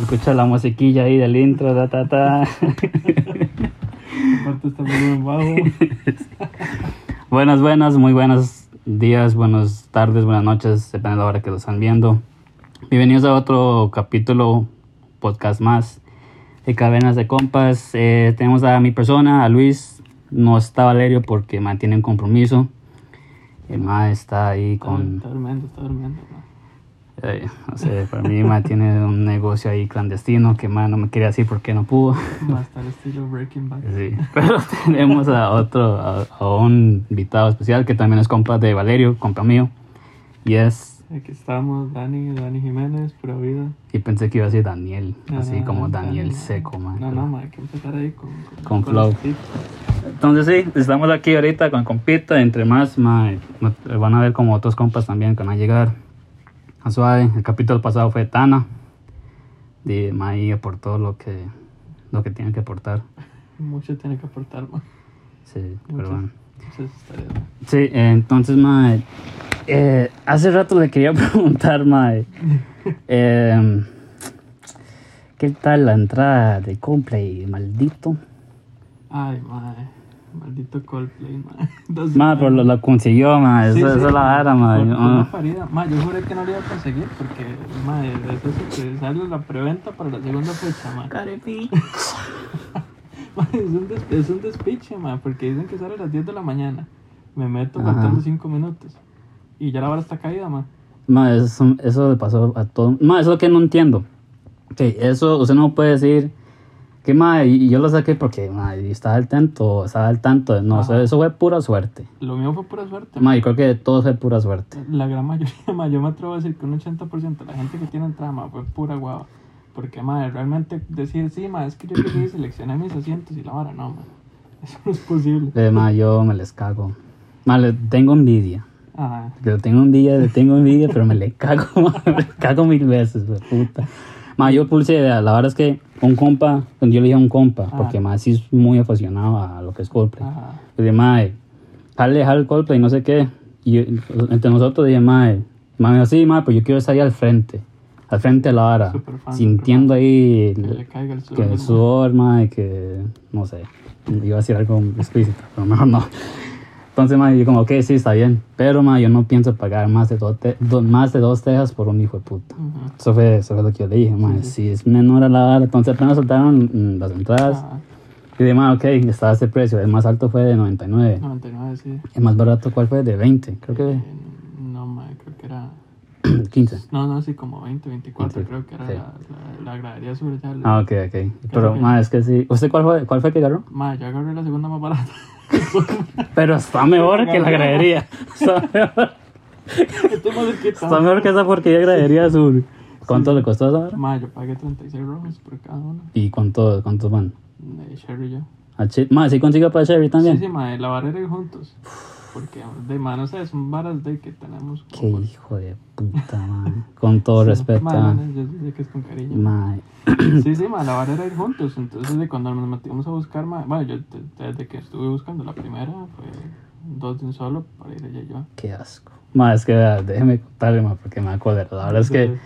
escuchar la musiquilla ahí del intro, ta ta ta. Aparte está volumen bajo. buenas, buenas, muy buenos días, buenas tardes, buenas noches, depende de la hora que lo están viendo. Bienvenidos a otro capítulo, podcast más de Cavernas de Compas. Eh, tenemos a mi persona, a Luis. No está Valerio porque mantiene un compromiso. El ma está ahí Está, con. está durmiendo, está durmiendo. ma. eh, no sé, para mí, ma tiene un negocio ahí clandestino que ma no me quería decir porque no pudo. Va a estar estilo Breaking Bad. Sí, pero tenemos a otro, a, a un invitado especial que también es compa de Valerio, compa mío. Y es, Aquí estamos, Dani, Dani Jiménez, pura vida. y pensé que iba a decir Daniel, No, así no, como no, Daniel Dani, ma. Seco, man. No, no, ma, hay que empezar ahí con... Con, Con los flow. tips. Entonces sí, estamos aquí ahorita con compita, entre más, ma, van a ver como otros compas también que van a llegar a suave. El capítulo pasado fue Tana, y ma, ahí aportó lo que, lo que tiene que aportar. Mucho tiene que aportar, ma. Sí, pero Mucho. bueno. Entonces estaría bien. Sí, eh, entonces, mae, eh, hace rato le quería preguntar, mae, em, ¿qué tal la entrada de Coldplay, maldito? Ay, ma, maldito Coldplay, ma. Dos- Mae, pero lo, lo consiguió, mae, Sí, esa, sí, esa es la vara, mae. Por- por una Ah, parida. Ma, yo juré que no lo iba a conseguir porque, ma, es eso que sale la preventa para la segunda fecha, ma. Ma, es, un des- es un despiche, ma, porque dicen que sale a las 10 de la mañana. Me meto Ajá. faltando 5 minutos. Y ya la vara está caída, ma. Mae, eso, eso le pasó a todo. Mae, eso es lo que no entiendo. Sí, eso usted no puede decir que, mae, y- y yo lo saqué porque, mae, estaba al tanto, estaba al tanto. No, eso, Ajá. eso fue pura suerte. Lo mío fue pura suerte. Mae, yo creo que todo fue pura suerte. La gran mayoría, ma, yo me atrevo a decir que un 80% de la gente que tiene entrada, ma, fue pura guava. Porque, ma, realmente decir, sí, ma, es que yo llegué y seleccioné mis asientos y la vara, no, ma. Eso no es posible. Eh, ma, yo me les cago. Ma, le tengo envidia. Ah, Le tengo envidia, le tengo envidia, pero me le cago, ma, me le cago mil veces, hue puta. Ma, yo pulse, la verdad es que un compa, cuando yo le dije a un compa, Ah. porque más sí es muy aficionado a lo que es Coldplay. ah, Le dije, mae, jale, jale el Coldplay, no sé qué. Y yo- entre nosotros dije, mae, mae, sí, mae, pues yo quiero estar ahí al frente, al frente de la vara, Súper fan, sintiendo ahí que el- le caiga el sol. que el sudor, mae, que no sé, iba a decir algo explícito, pero mejor no. Entonces, mae, yo como, ok, sí, está bien, pero, mae, yo no pienso pagar más de, dos te- do- más de dos tejas por un hijo de puta. Ujú. Eso fue, eso fue lo que yo le dije, mae, si es menor a la vara, entonces apenas soltaron mm, las entradas, Ah, y dije, mae, ok, estaba ese precio, el más alto fue de 99, 99, sí. el más barato, ¿cuál fue? De 20, creo Eh, que no, ma, creo que era... 15. No, no, sí, como 20, 24, Veinte, creo que era sí. la, la, la gradería sobre ya. Ah, ok, ok, pero, que- mae, es que sí, ¿usted cuál fue, cuál fue que agarró? Ma, yo agarré la segunda más barata. Pero está mejor que la gradería, está mejor. Estoy más Está cerquita. mejor que esa porquería gradería sur. ¿Cuánto le costó esa vara? Ma, yo pagué 36 rojos por cada una. ¿Y cuánto, cuántos van? De Sherry y yo. A Che- Ma, ¿sí consigo para Sherry también? Sí, sí, ma, la barrera y juntos. Porque, de ma, no sé, son varas de que tenemos. Qué hijo de puta, man. Con todo respeto. Ma, Man. no, yo sé que es con cariño. Sí, sí, ma, la barrera y juntos. Entonces, de cuando nos metimos a buscar, ma, bueno, yo te- te- desde que estuve buscando la primera, fue dos de un solo para ir ella y yo. qué asco. Ma, es que vea, déjeme contarle, ma, porque me acuerdo. La verdad es que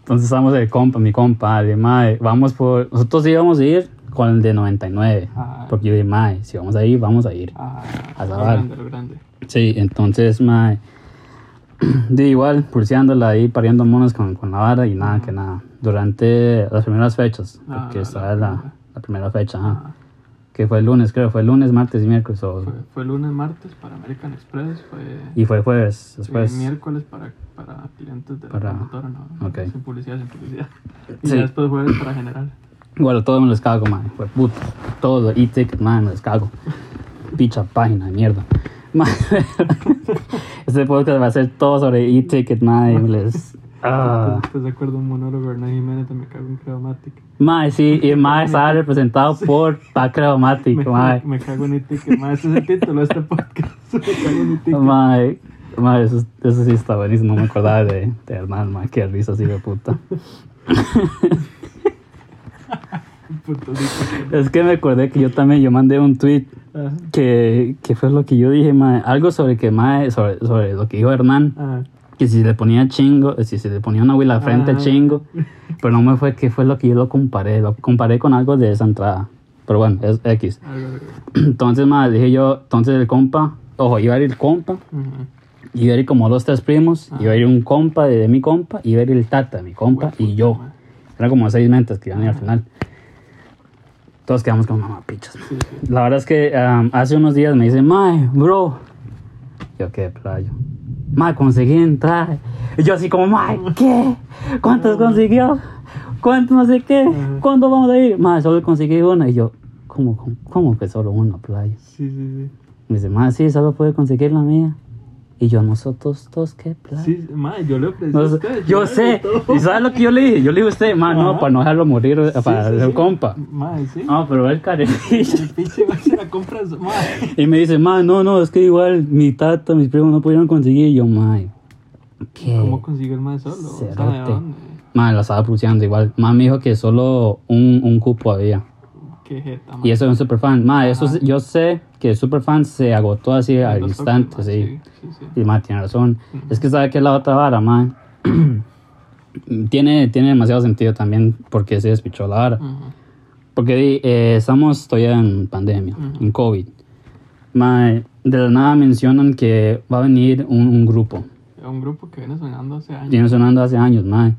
entonces estamos de compa, mi compa, de ma, eh, vamos por. Nosotros íbamos a ir con el de 99. Ah. Porque yo dije, ma, eh, si vamos a ir, vamos a ir. Ah, A la lo vara. grande, lo grande. Sí, entonces, mae, di igual, pulseándola ahí, pariendo monos con, con la vara y nada, que nada. Durante las primeras fechas, Ah, porque la- estaba la la, primera. la primera fecha, ajá, Ah. que fue el lunes, creo, fue el lunes, martes y miércoles, o- Fue, fue lunes, martes para American Express, fue y fue jueves, fue después. miércoles para, para clientes de Para- la promotora, ¿no? ok. Sin publicidad, sin publicidad. Y Sí. ya después jueves para general. Igual, todo me lo cago, mae, fue puto, todo, y ticket, mae, me los cago. Picha página de mierda. Mae, este podcast va a ser todo sobre e-ticket, mae, me les... Ah. ¿Te te acuerdas un monólogo de Hernán Jiménez de Me Cago en Creomatic? Mae, sí, y Mae estaba representado por Me, Pacromatic, Mae. me cago en Itique, ma, ese es el título de este podcast. Me cago en Itique. Mae, mae, eso, eso sí está buenísimo, no me acordaba de, de Hernán, Mae, qué risa así de puta. Puto Itique. Es que me acordé que yo también, yo mandé un tweet Ajá. que, que fue lo que yo dije, Mae, algo sobre que Mae, sobre, sobre lo que dijo Hernán, Ah, Que si le ponía chingo, eh, si se le ponía una güey a la frente Ah. chingo. Pero no me fue que fue lo que yo lo comparé. Lo comparé con algo de esa entrada. Pero bueno, es X. Algo de- Entonces, más dije yo, entonces el compa, ojo, iba a ir el compa, Ujú. iba a ir como dos, tres primos, Ah. iba a ir un compa de, de mi compa, iba a ir el tata de mi compa Güey, y puta yo. madre. Eran como seis mentes que iban a ir al final. Todos quedamos como mamapichas. Sí, sí. La verdad es que am, hace unos días me dice, Mae, bro. Yo qué playo. Mae, conseguí entrar. Y yo así como, Mae, ¿qué? ¿Cuántos consiguió? ¿Cuántos no sé qué? Ajá. ¿Cuándo vamos a ir? Mae, solo conseguí una. Y yo, ¿cómo, cómo, cómo que solo una, playo? Sí, sí, sí. Me dice, Mae, sí, solo pude conseguir la mía. Y yo, nosotros dos, qué playo. Sí, madre, yo le ofrecí a No sé, usted, yo le sé, todo. ¿y sabes lo que yo le dije? Yo le dije a usted, ma, no, Ajá. para no dejarlo morir, eh, Sí, para sí, ser sí. compa. Madre, sí. No, pero el carefillo. El pinche va a hacer la compra de su madre. Y me dice, ma, no, no, es que igual mi tata, mis primos no pudieron conseguir. Y yo, ma, ¿qué? ¿Cómo consiguió el madre solo? O sea, ¿de Cerote. dónde? Ma, la estaba pulseando igual. Ma me dijo que solo un, un cupo había. Qué jeta, Y eso es un superfan. Ma, eso Ajá. sí- yo sé que el superfan se agotó así madre. al Los instante, toques, sí. madre, Sí, sí, sí. Y ma, tiene razón. Es que sabe que es la otra vara, ma. tiene, tiene demasiado sentido también porque se despichó la vara. Ujú. Porque di, eh, estamos todavía en pandemia, Ujú. en COVID. Mae, de la nada mencionan que va a venir un, un grupo. Un grupo que viene sonando hace años. Tiene sonando hace años, mae.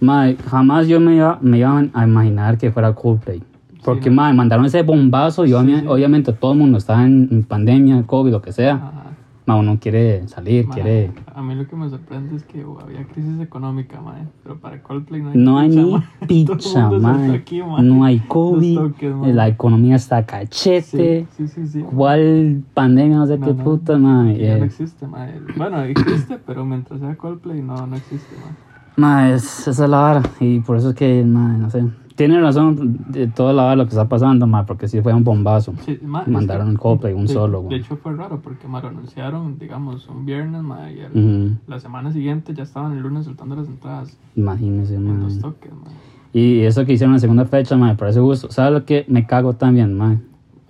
Mae, jamás yo me iba, me iba a imaginar que fuera Coldplay. Porque, mae, mandaron ese bombazo y obvia- obviamente todo el mundo está en, en pandemia, COVID, lo que sea. Ajá. Mae, uno quiere salir, Mae, quiere... A mí lo que me sorprende es que oh, había crisis económica, madre. Pero para Coldplay no hay No hay pizza, ni pizza, mae. Todo el mundo se mae. está aquí, mae. No hay Los COVID. toques, mae. La economía está a cachete. Sí, sí, sí. sí. ¿Cuál pandemia? No sé No, qué no. puta, mae. Ya no Eh, existe, madre. Bueno, existe, pero mientras sea Coldplay, no, no existe, madre. mae, es, esa es la vara. Y por eso es que, mae, no sé. Tiene razón de toda la vara lo que está pasando, mae, porque sí fue un bombazo. Sí, ma, es Mandaron que- el Coldplay, un de- solo, De güey. hecho, fue raro porque ma, lo anunciaron, digamos, un viernes, ma, y el- Ujú, la semana siguiente ya estaban el lunes soltando las entradas imagínese, en los mae. toques, ma. Y eso que hicieron en la segunda fecha, mae, parece gusto. ¿Sabes lo que? Me cago también, mae.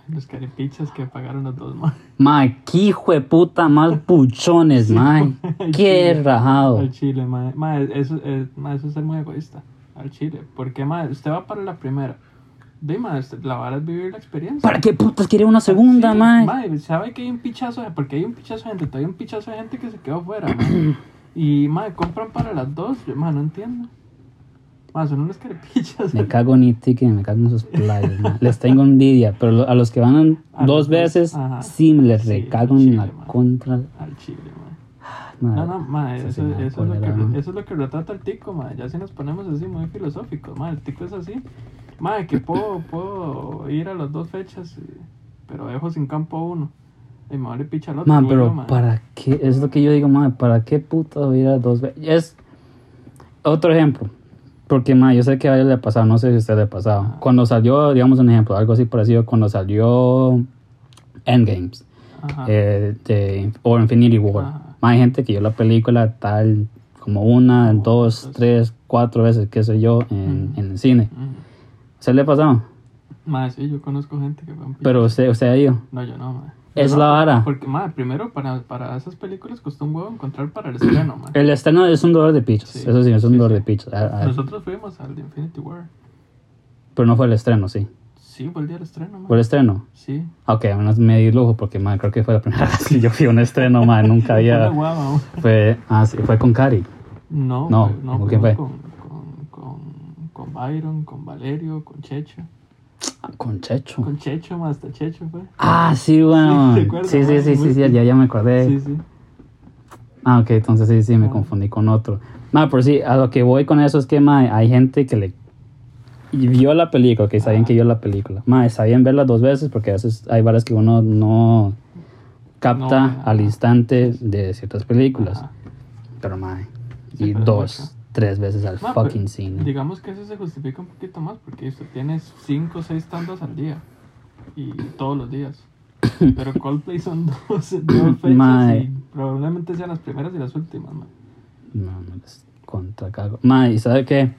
Los caripichas que pagaron los dos, ma. Mae, qué hijo de puta, más puchones, mae. Qué rajado. Al chile, ma. Ma, eso, eh, ma, eso es ser muy egoísta. Al chile. Porque, ma, usted va para la primera. Dime, la vara es vivir la experiencia. ¿Para qué putas quiere una segunda, Sí, mae? mae, sabe que hay un pichazo, de- porque hay un pichazo de gente, todavía hay un pichazo de gente que se quedó fuera, mae. Y, mae, compran para las dos, yo, mae, no entiendo. Mae, son unos carepichas. Me cago en E que me cago en sus playas. ma. Les tengo envidia, pero lo- a los que van A los dos dos, veces, ajá. sí me les Sí, recago chile, en la ma. contra. Al chile, mae. ma. No, no, mae, Esa sí eso, me da eso es lo que, cólera, ma. eso es lo que retrata el tico, mae. Ya si nos ponemos así muy filosóficos, mae, el tico es así. Mae, que puedo, puedo ir a las dos fechas, eh, pero dejo sin campo a uno. Y me vale picha al otro. Ma, güey, pero mae. ¿para qué? Es lo que yo digo, ma, ¿para qué puta voy a ir a dos veces? Es otro ejemplo. Porque, ma, yo sé que a ella le ha pasado, no sé si a usted le ha pasado. Ajá. Cuando salió, digamos un ejemplo, algo así parecido, cuando salió Endgames. Ajá. eh, de, o Infinity War. Ajá. Más hay gente que yo la película tal como una, Como dos, dos. tres, cuatro veces, qué sé yo, en, Ujú. en el cine. Mm. Se le ha pasado, Mae, sí, yo conozco gente que va en pero usted, usted ha ido. No, yo no, ma. Es Yo la no, vara. Porque, ma, primero, para, para esas películas costó un huevo encontrar para el estreno, ma. El estreno es un dolor de pichos, Sí, eso sí, es un sí, dolor sí. de pichos. Ah, ah, Nosotros fuimos al de Infinity War. pero no fue el estreno, sí. Sí, fue el día del estreno, ma. ¿Fue el estreno? Sí. Ah, Ok, menos me di lujo porque man, creo que fue la primera vez que yo fui a un estreno, man, nunca Fue la había... guava, ma. Fue, ah, sí, fue con Cari. No, No, fue- no, ¿con quién fuimos fue? Con, con, con, con Byron, con Valerio, con Checho. Ah, Con Checho. Con Checho, ma, hasta Checho fue. Ah, sí, bueno. Sí, ¿te acuerdas, Sí, sí, man? sí, sí, sí, Fuiste. ya, ya me acordé. Sí, sí. Ah, ok, entonces sí, sí, me Ah. confundí con otro. Ma, pero sí, a lo que voy con eso es que, ma, hay gente que le... y vio la película, que sabían Ah. que vio la película. Ma, sabían verla dos veces porque a veces hay varias que uno no capta No, ah. al ajá. instante de ciertas películas. Ajá. Pero, ma, Sí, y pero es dos, mucho. tres veces al Ma, pero fucking cine. pues, Digamos que eso se justifica un poquito más porque usted tiene 5 o 6 tandas al día y todos los días. Pero Coldplay son dos, dos fechas Mae. y probablemente sean las primeras y las últimas. ma. No, no les contracago. Ma, ¿y sabe qué?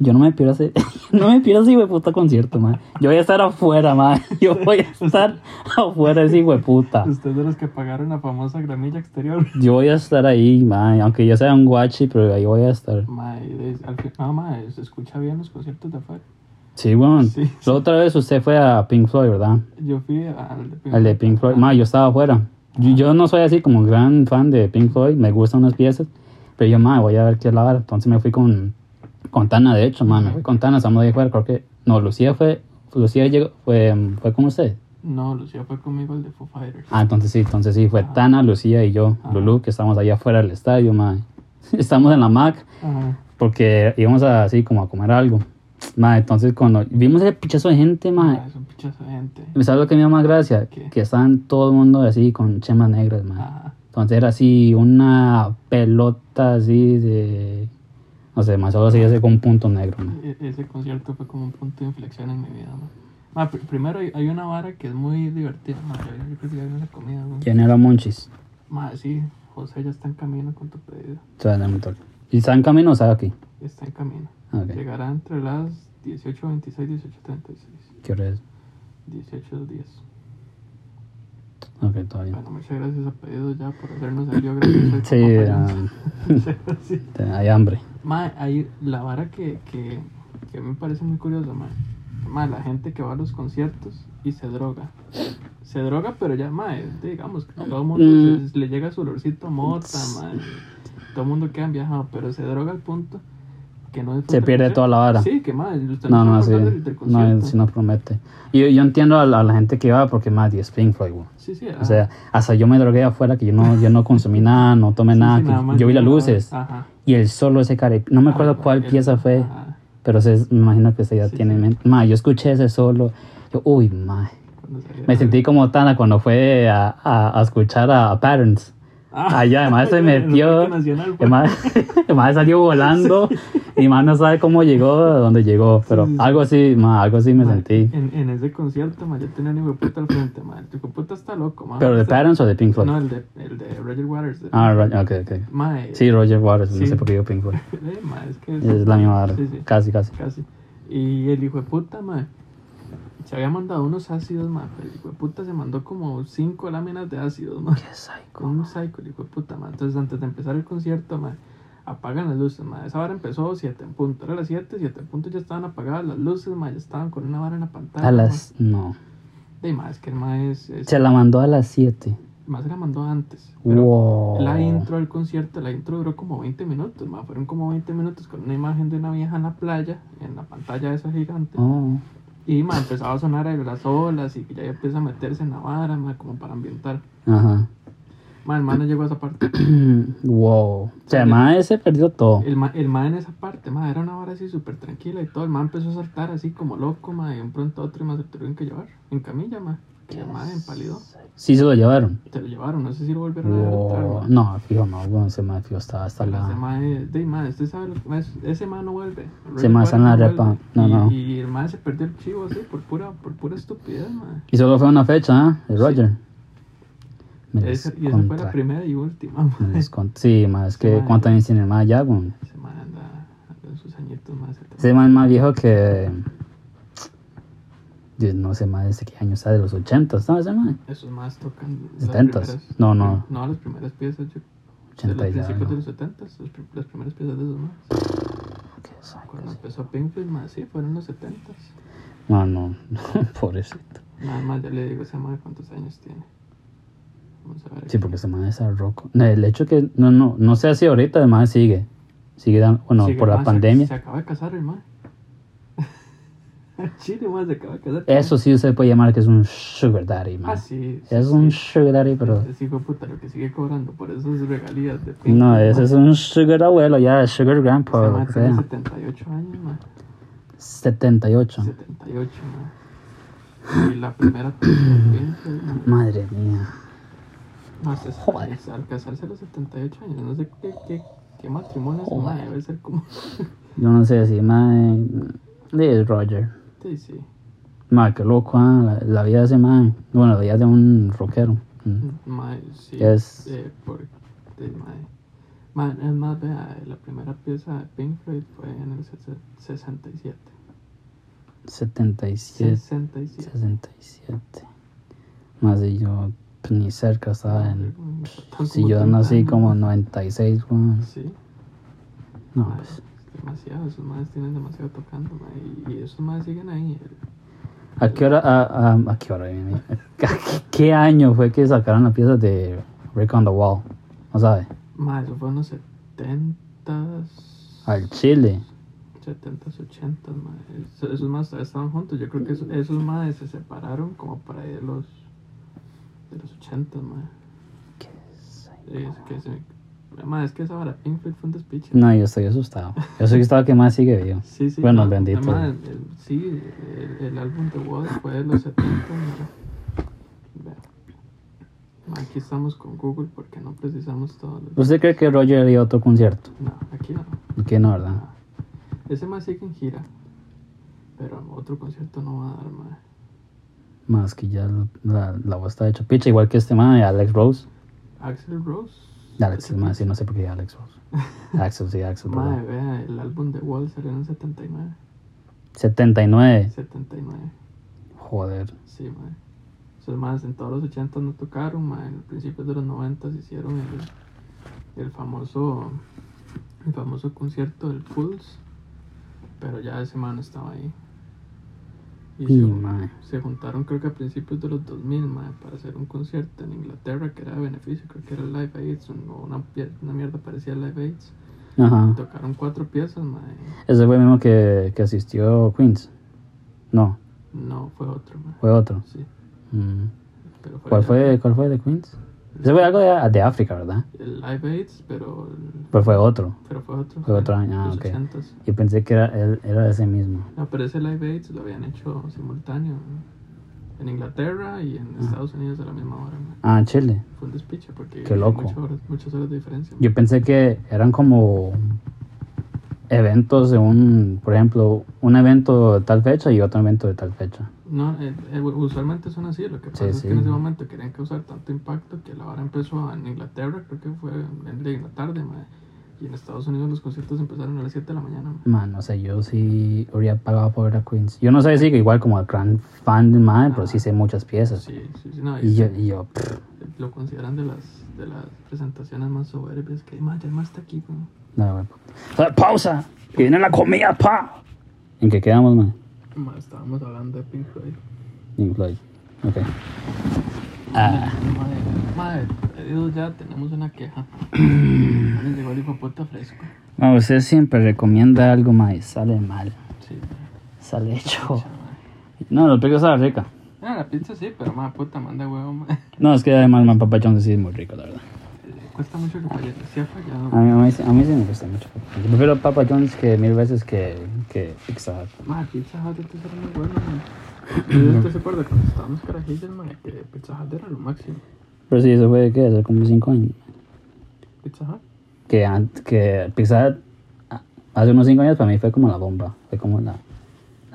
Yo no me pierdo ese, no me pierdo ese hijueputa concierto, madre. Yo voy a estar afuera, madre. Yo voy a estar afuera de ese hijueputa. Ustedes de los que pagaron la famosa gramilla exterior. Yo voy a estar ahí, madre. Aunque yo sea un guachi, pero ahí voy a estar. Mae, es- al fin- no, mae, se escucha bien los conciertos de afuera. Sí, weón. Sí. La otra vez usted fue a Pink Floyd, ¿verdad? Yo fui al de Pink Ah, Al de Pink Floyd. Madre, yo estaba afuera. Yo, yo no soy así como gran fan de Pink Floyd. Me gustan las piezas. Pero yo, madre, voy a ver qué es la vara. Entonces me fui con, con Tana, de hecho, madre. Me fui con Tana, estamos ahí afuera. Creo que... No, Lucía fue... Lucía llegó, fue, fue con usted. No, Lucía fue conmigo al de Foo Fighters. Ah, entonces sí, entonces sí, fue Ajá. Tana, Lucía y yo, Ajá. Lulú, que estamos allá afuera del estadio, madre. Estamos en la Mac Ajá. porque íbamos a- así como a comer algo. Madre, entonces cuando vimos ese pichazo de gente, madre, Mae, es un pichazo de gente. ¿me sabes lo que me dio más gracia? ¿Qué? Que estaban todo el mundo así con chemas negras, madre. Ajá. Entonces era así una pelota así de... No sé, más solo así hace con un punto negro, madre. E- ese concierto fue como un punto de inflexión en mi vida, mae. Mae, pr- primero hay, hay una vara que es muy divertida, mae. Yo- Yo creo que ya viene la comida, güey. ¿Quién era Monchis? Mae, sí, José ya está en camino con tu pedido. O sea, dame un toque. ¿Y está en camino o está aquí? Está en camino. Ah, Ok, Llegará entre las 18.26, 18.36. ¿qué hora es? 18.10. Ok, todavía. Bueno, muchas gracias a pedido ya por hacernos el biografía. Sí, ah, sí. hay hambre. Mae, hay la vara que, que, que me parece muy curiosa, mae. Mae, la gente que va a los conciertos y se droga. Se droga, pero ya, mae, digamos que todo el mundo Mm. se- le llega su olorcito a mota, mae. Todo el mundo queda viajado, pero se droga al punto que no disfruta Se el pierde concierto. toda la vara. Sí, que mae, No, usted se va a no, sí. acordar del- del No, concierto. sí no promete. Yo, yo entiendo a la, a la gente que va porque más 10 Pink Floyd, güey. Sí, sí, O sea, hasta yo me drogué afuera que yo no, yo no consumí nada, no tomé nada. Ah. que- yo vi las luces Ajá. y el solo ese care. No me acuerdo Ajá, cuál el- pieza fue, ajá. pero se, me imagino que se ya Sí, tiene sí. en mente. Ma, yo escuché ese solo. Yo, uy, ma. Cuando salió- Me sentí como Tana cuando fue a, a- a escuchar a, a Patterns. Ah, Allá, además se en el metió. Parque Nacional, pues. fue. Además, además salió volando. Y más no sabe cómo llegó, a dónde llegó. Pero Sí, sí, sí. algo así, ma, algo así me Ma, sentí. En, en ese concierto, ma, yo tenía un hijo de puta al frente, ma. El hijo de puta está loco, ma. ¿Pero de Está- Parents o de Pink Floyd? No, el de, el de Roger Waters. de- Ah, Ro- ok, ok. Ma, eh, Sí, Roger Waters, no Sí. sé por qué digo Pink Floyd. eh, ma, es que es, Es la misma barra, Sí, sí. casi, casi. casi. Y el hijo de puta, ma, se había mandado unos ácidos, ma. Pero el hijo de puta se mandó como cinco láminas de ácidos, ma. Con un psycho, el hijo de puta, ma. Entonces, antes de empezar el concierto, ma, apagan las luces, ma. Esa hora empezó 7 en punto. Era las 7, 7 en punto ya estaban apagadas las luces, ma. Ya estaban con una vara en la pantalla. A las... No. De más que el ma es- es Se la mandó a las 7. Más se la mandó antes. pero Wow. La intro del concierto, la intro duró como 20 minutos, más fueron como 20 minutos con una imagen de una vieja en la playa, en la pantalla de esa gigante. Oh. Y más empezaba a sonar el- las olas y que ya empieza a meterse en la vara, ma, como para ambientar. Ajá. Ma, el ma no llegó a esa parte. wow. O sea, además se perdió todo. El ma, el ma en esa parte, ma, era una vara así súper tranquila y todo. El ma empezó a saltar así como loco, ma, y de un pronto a otro y ma se lo tuvieron que llevar en camilla, ma. Que el ma empalidó. Sí se lo llevaron. Se lo llevaron, no sé si lo volvieron a adoptar, ma. Wow. No, fijo, no. Bueno, ese más fijo estaba hasta Pero Ese la... mae, de mae, usted sabe, lo que- mae, ese mae no vuelve. Ese mae está en la Roger Waters arepa, no, vuelve. no. Y, y el mae se perdió el chivo así por pura, por pura estupidez, mae. Y solo fue una fecha, ¿eh? De Sí. Roger. Me Esa- y esa fue la descontra- primera y última, mae. me descont- Sí, más es que mae. cuántos años tiene el más ya, güey. Ese mae anda anda en sus añitos, mae. se Ese man más viejo que. Dios, no sé más de qué año está, de los 80, ¿sabes? Ese man. Esos maes tocan. las Setentas. primeras- No, no. No, las primeras piezas, yo. De 80 los y ya. principios de algo. los 70, los prim- las primeras piezas de esos maes. Qué psycho. Cuando empezó Pink Floyd, mae, sí, fueron los 70. No, no, pobrecito. Nada más ya le digo a ese mae cuántos años tiene. Vamos a ver. Sí, aquí. porque ese man es roco. El hecho que. No, no, no sé si ahorita además sigue. Sigue dando. Bueno, Sigue, por la ma, se- pandemia. Se, acaba de casar el man. Chile, man, se acaba de casar. Eso sí se puede llamar que es un sugar daddy, man. Ah, sí. sí, es sí. un sugar daddy, pero. Ese hijo de puta, lo que sigue cobrando por esas regalías de Pink No, Floyd, ese ma. es un sugar abuelo, ya, sugar grandpa, Ese lo man que tiene sea. 78 años, man. 78. 78, man. Y la primera persona de Pink Floyd, ma. Madre mía. No, se- Joder. se- Al casarse a los 78 años, no sé qué, qué, qué matrimonio es, Joder. ma, Debe ser como. Yo no sé si, man. De Roger. sí, sí. Ma, qué loco, ah, la, la vida de ese man. Bueno, la vida de un rockero. Mm. Mae, sí. Es- eh, por, de, mae. Man, es más, vea, la primera pieza de Pink Floyd fue en el ses- 67. 77. 67. 67. Más si yo pues, ni cerca estaba en. Están Si Pues como yo 30 nací años. como en 96, weón. Sí. No, mae, pues. es demasiado, esos madres tienen demasiado tocando, mae, y- Y esos madres siguen ahí. ¿A qué hora? A, a- a qué hora? eh, eh, ¿Qué, qué año fue que sacaron la pieza de Rick on the Wall? No sabe. Más, eso fue en los 70s. Al Chile. 70s, 80s, mae. Eso- Esos más estaban juntos. Yo creo que eso- esos madres se separaron como para ahí de los, de los 80s, mae. Es que, se- mae, es que esa vara Pink Floyd fue un despiche. No, yo estoy asustado. Yo soy asustado que más sigue vivo. Sí, sí. Bueno, no, bendito. mae, el- sí, el, el álbum de Wall fue de los 70. mae. Vea. Mae, Aquí estamos con Google porque no precisamos todos los... ¿Usted cree que Roger haría otro concierto? No, aquí no. Que no, ¿verdad? Ese más sigue en gira. Pero otro concierto no va a dar, mae. Más que ya lo- la, la voz está hecha picha, igual que este man de Alex Rose. Axel Rose. Alex, el pues. man, sí, no sé por qué Alex Rose. Axel, sí, Axel, Mae, ¿verdad? vea, el álbum de Wall salió en el 79. 79. 79. Joder. Sí, mae. Esos más en todos los 80 no tocaron, mae. En los principios de los 90 hicieron el, el famoso el famoso concierto del Pulse. Pero ya ese man no estaba ahí. Y Y, se, mae. se juntaron creo que a principios de los 2000, mae, para hacer un concierto en Inglaterra que era de beneficio, creo que era el Live Aids, o no, una, pie- una mierda parecía Live Aids. Ajá. Tocaron cuatro piezas, mae. Ese fue el mismo que, que asistió Queens. No, No, fue otro, mae. fue otro. Sí, Mm. pero fue ¿Cuál el- fue, ¿Cuál fue de Queens? Ese fue algo de, de África, ¿verdad? El Live Aids, pero el- Pero fue otro. Pero fue otro. Fue otro año, ah, los ok. 80s. Yo pensé que era, él- era ese mismo. No, pero ese Live Aids lo habían hecho simultáneo. ¿no? En Inglaterra y en Estados Unidos a la misma hora. ¿no? Ah, en Chile. Fue un despiche porque Qué hay loco. Muchas, horas, muchas horas de diferencia. Yo pensé que eran como eventos de un, por ejemplo, un evento de tal fecha y otro evento de tal fecha. No, eh, eh, usualmente son así. Lo que pasa es sí. que en ese momento querían causar tanto impacto que la hora empezó en Inglaterra, creo que fue en en la tarde. ma, Y en Estados Unidos los conciertos empezaron a las 7 de la mañana. ma. Man, no sé, yo sí habría pagado por ver a Queens. Yo no sé si que igual como gran fan de Madden, pero sí sé muchas piezas. Sí, sí, sí. No, Y y yo, y yo pff, Lo consideran de las, de las presentaciones más soberbias que hay. ma, Ya el más está aquí. ma. no, güey. O sea, pausa, que viene la comida, pa. ¿En qué quedamos, man? Ma, Estábamos hablando de Pink Floyd. Pink Floyd. Ok. Ah, Madre, madre, Dios, ya tenemos una queja. Ya nos llegó el hijo de puta fresco. no, usted siempre recomienda algo, más y sale mal. Sí. Sale hecho. No, la película estaba rica. Ah, la pizza sí, pero madre puta, manda huevo, madre. No, es que además man, Papa John's sí es muy rico, la verdad. Eh, Cuesta mucho que falle. Sí ha fallado. A mí, a mí sí- a mí sí me gusta mucho. Papa John's. Yo prefiero Papa John's que mil veces que, que Pizza Hut. Madre, pizza hut este antes era muy bueno, madre. ¿Usted se acuerda cuando estábamos carajillos, madre? Que pizza hut era lo máximo. Pero sí, eso fue de qué, hace como 5 años. Pizza hut. Que, an- que Pizza Hut, a- hace unos 5 años para mí fue como la bomba. Fue como la, la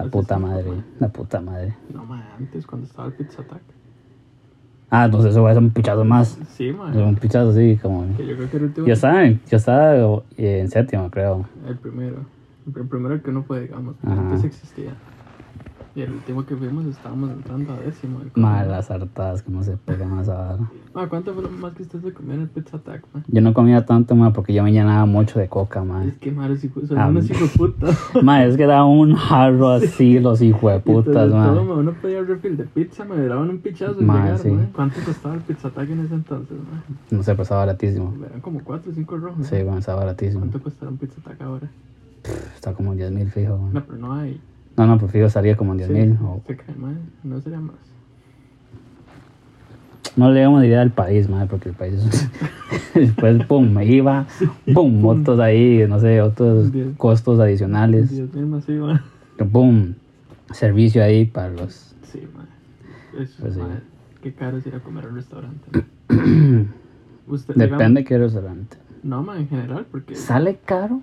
Hace puta cinco, madre. man. La puta madre. No, madre, antes cuando estaba el pizza attack. Ah, entonces eso va a ser un pichazo más. Sí, madre. Un pichazo así como... Que yo creo que el último. Yo estaba, en- yo estaba eh, en séptimo, creo. El primero. El primero que no fue, digamos. que Ajá. Antes existía. Y el último que vimos estábamos entrando a décimo. el Mal, las hartadas que no se pegan a esa vara. Ah, ¿cuánto fue lo más que ustedes se comió en el Pizza Attack, man? Yo no comía tanto, ma, porque yo me llenaba mucho de coca, ma. Es que madre, si son Ah, unos hijos putas. Ma, es que daba un jarro así, los hijueputas, Todo, ma. man, uno pedía refill de pizza, me daban un pichazo en Ma, llegar, sí. man. ¿Cuánto costaba el Pizza Attack en ese entonces, man? No sé, pero estaba baratísimo. Me eran como 4 o 5 rojos. Sí, bueno, estaba baratísimo. ¿Cuánto costará un Pizza Attack ahora? Está como en 10 mil fijo, ma. No, pero no hay. No, no, pues fijo salía como en 10 mil. Se cae, man. No sería más. No le damos idea al país, ma, porque el país. Después, pum, me iba. Pum, otros ahí, no sé, otros Diez. costos adicionales. 10 mil más, sí, man. Pum, servicio ahí para los. Sí, man. Es, Pues sí. man, Qué caro es ir a comer al restaurante. Usted, Depende qué restaurante. digamos- no, man, en general, porque. ¿Sale caro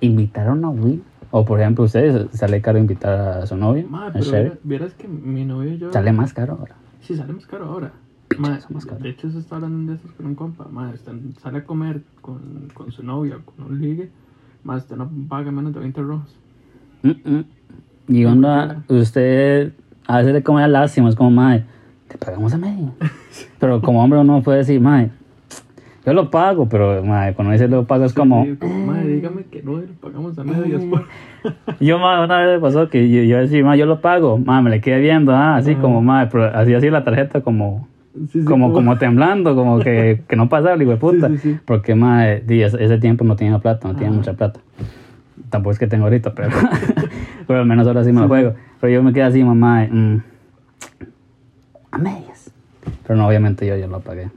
invitar a una Wii? O por ejemplo, ustedes, ¿sale caro invitar a su novia? Man, ¿A pero Sherry? viera- vieras que mi novio y yo. ¿Sale más caro ahora? Sí, sale más caro ahora. Madre, somos cabrones. de hecho, se está hablando de eso con un compa. Madre, están- sale a comer con, con su novia o con un ligue. Más, usted no paga menos de 20 rojos. Mm, mm. Y onda, usted a veces le come la lástima, es como, madre, te pagamos a medio. Pero como hombre uno puede decir, madre, yo lo pago, pero madre, cuando dice lo pago es como... Y yo como, madre, dígame que no, y lo pagamos a medio y después. Yo, madre, una vez me pasó que yo, yo decía, madre, yo lo pago, madre, me le quedé viendo, ah, así como, madre, pero así, así la tarjeta como... Sí, sí, Como, como temblando, como que, que no pasaba, le digo, puta. Sí, sí, sí. Porque, madre, di, ese, ese tiempo no tenía plata, no tenía Ajá. mucha plata. Tampoco es que tengo ahorita, pero, pero al menos ahora sí me lo juego. Pero yo me quedé así, mamá, de, mm, a medias. Pero no, obviamente yo, yo lo pagué.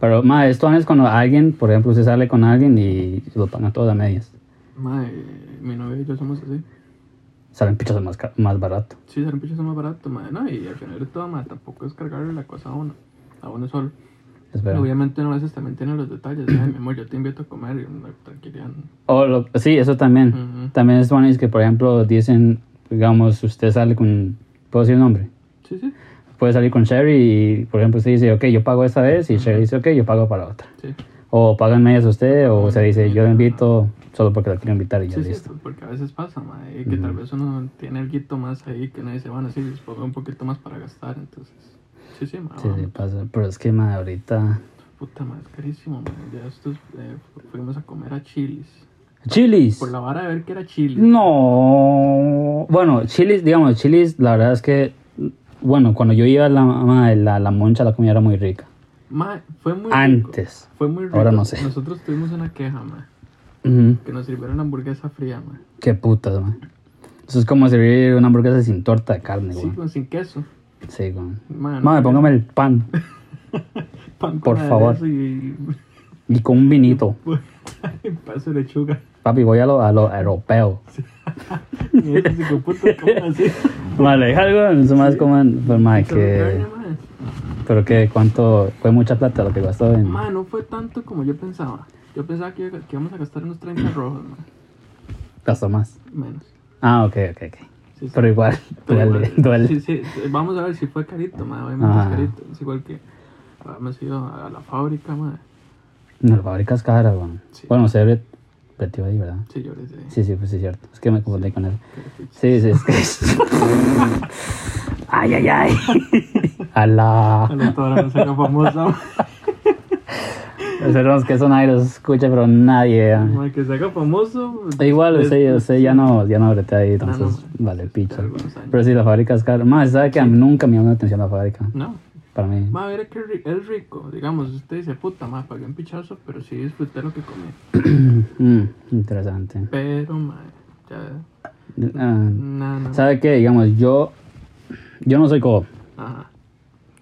Pero, madre, esto es cuando alguien, por ejemplo, usted sale con alguien y lo pagan todo a medias. Madre, mi novia y yo somos así. Salen pichos más, ca- más barato. Sí, ser un pichazo más barato, madre, ¿no? Y al final de todo, madre, tampoco es cargarle la cosa a uno. A uno solo. Es verdad. Obviamente, no a veces también tiene los detalles. Ay, mi amor, yo te invito a comer y una tranquilidad. ¿no? O lo- sí, eso también. Ujú. También es bueno, es que, por ejemplo, dicen, digamos, usted sale con, ¿puedo decir el nombre? Sí, sí. puede salir con Sherry y, por ejemplo, usted dice, ok, yo pago esta vez y Sherry dice, ok, yo pago para la otra. Sí, O pagan medias usted o se dice, yo le invito solo porque la quiero invitar y ya sí, sí, listo. porque a veces pasa, madre, que tal vez uno tiene algo más ahí que uno dice, bueno, sí, les pongo un poquito más para gastar, entonces. Sí, sí, madre. Sí, sí, pasa. Pero es que, madre, ahorita... Puta madre, es carísimo, madre. Ya estos eh, fu- fuimos a comer a Chili's. ¡Chilis! Por la vara de ver que era Mm. Chili's. No... Bueno, chilis, digamos, chilis, la verdad es que... Bueno, cuando yo iba a la, madre, la, la moncha, la comida era muy rica. Madre, fue muy rico. Antes. Fue muy rico. Ahora no sé. Nosotros tuvimos una queja, madre. Ujú. Que nos sirvieron hamburguesa fría, madre. Qué putas, madre. Eso es como servir una hamburguesa sin torta de carne, Sí, güey. con sin queso. Sí, güey. Madre, Madre, póngame el pan. pan con por favor. aderezo Y, Y con un vinito. y paso de lechuga. Papi, voy a lo, a lo europeo. Y eso se computa como así. Vale, deja algo, no más coman. Pero, madre, que. Carne, madre. Pero que, ¿cuánto? Fue mucha plata lo que gastó en. Madre, no fue tanto como yo pensaba. Yo pensaba que, que íbamos a gastar unos 30 rojos, madre. Gastó más. Menos. Ah, ok, ok, ok. Sí, sí. Pero igual, Pero duele, igual, duele. Sí, sí, vamos a ver si fue carito, madre. obviamente Ajá. es carito. Es igual que habíamos ido a la fábrica, madre. No, la fábrica es cara, weón. Sí. Bueno, se abre. Pretivo ahí, ¿verdad? Sí, yo les dije. Sí, sí, pues sí, es cierto. Es que me confundí con él. Sí, sí, es que. ay, ay, ay. A Alá. la doctora no se haga famosa, Esperemos que eso nadie lo escuche, pero nadie. weón. madre, que se haga famoso. Da Igual, es- usted, usted ya no, ya no bretea ahí, entonces no, vale, picha. algunos años. Pero sí, la fábrica es cara. Más, ¿sabe que a mí nunca me llamó la atención la fábrica? No. Para mí. Va a ver que ri- es rico, digamos, usted dice, puta madre, pagué un pichazo, pero sí disfruté lo que comí. Mm, interesante. Pero, madre, ya, Ah, nada, nada. ¿Sabe qué? Digamos, yo. Yo no soy codo, Ajá.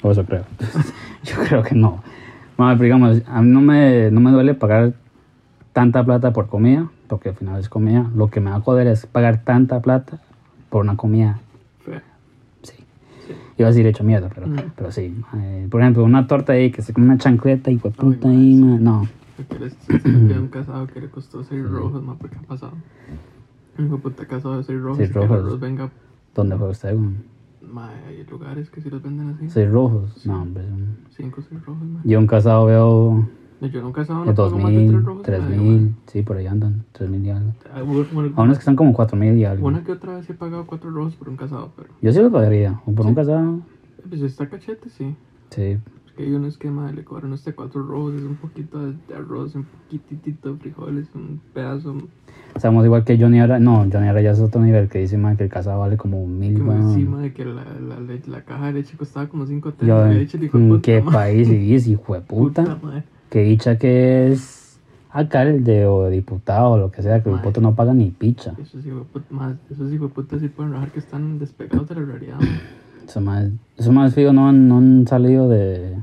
o eso creo. yo creo que no. Bueno, pero digamos, a mí no me, no me duele pagar tanta plata por comida, porque al final es comida. Lo que me va a joder es pagar tanta plata por una comida Fea. Sí. Iba a decir hecho mierda, pero, Ujú. pero sí. Eh, por ejemplo, una torta ahí que se come una chancleta y puta Ay, ahí, ma- no. Porque les se le quedó un casado que le costó 6 rojos, más porque ha pasado. Un hijo de puta casado de 6 rojos. Seis y que el rojos. arroz venga. ¿Dónde fue usted? weón? Mae, hay lugares que si los venden así. Soy rojos. No, hombre. son- 5 o 6 rojos, mae. Yo un casado veo Yo en un casado no de pago más de 3 2000, rojos. mae. 3000. Sí, por ahí andan. 3000 y algo. Ah, bu- bueno, A unos que están como 4000 y algo. Una que otra vez he pagado 4 rojos por un casado, pero. Yo sí lo pagaría. O por un casado. eh, Pues está cachete, sí. Sí. Porque hay unos que mae, le cobran este 4 rojos, es un poquito de, de arroz, un poquitito de frijoles, un pedazo. Estamos igual que Johnny ahora. No, Johnny ahora ya es otro nivel que dice man, que el casado vale como mil. Como weón. encima de que la, la, le- la caja de leche costaba como 5 Yo, telas de leche, le dijo, mm, puta qué madre, país vivís, hijo de puta. puta madre. que dicha que es alcalde o diputado o lo que sea, que el Mae. puto no paga ni picha. Esos hijueputas, más, esos hijueputas sí pueden rajar que están despegados de la realidad. man. Eso más, eso más fijo, no, han- no han salido de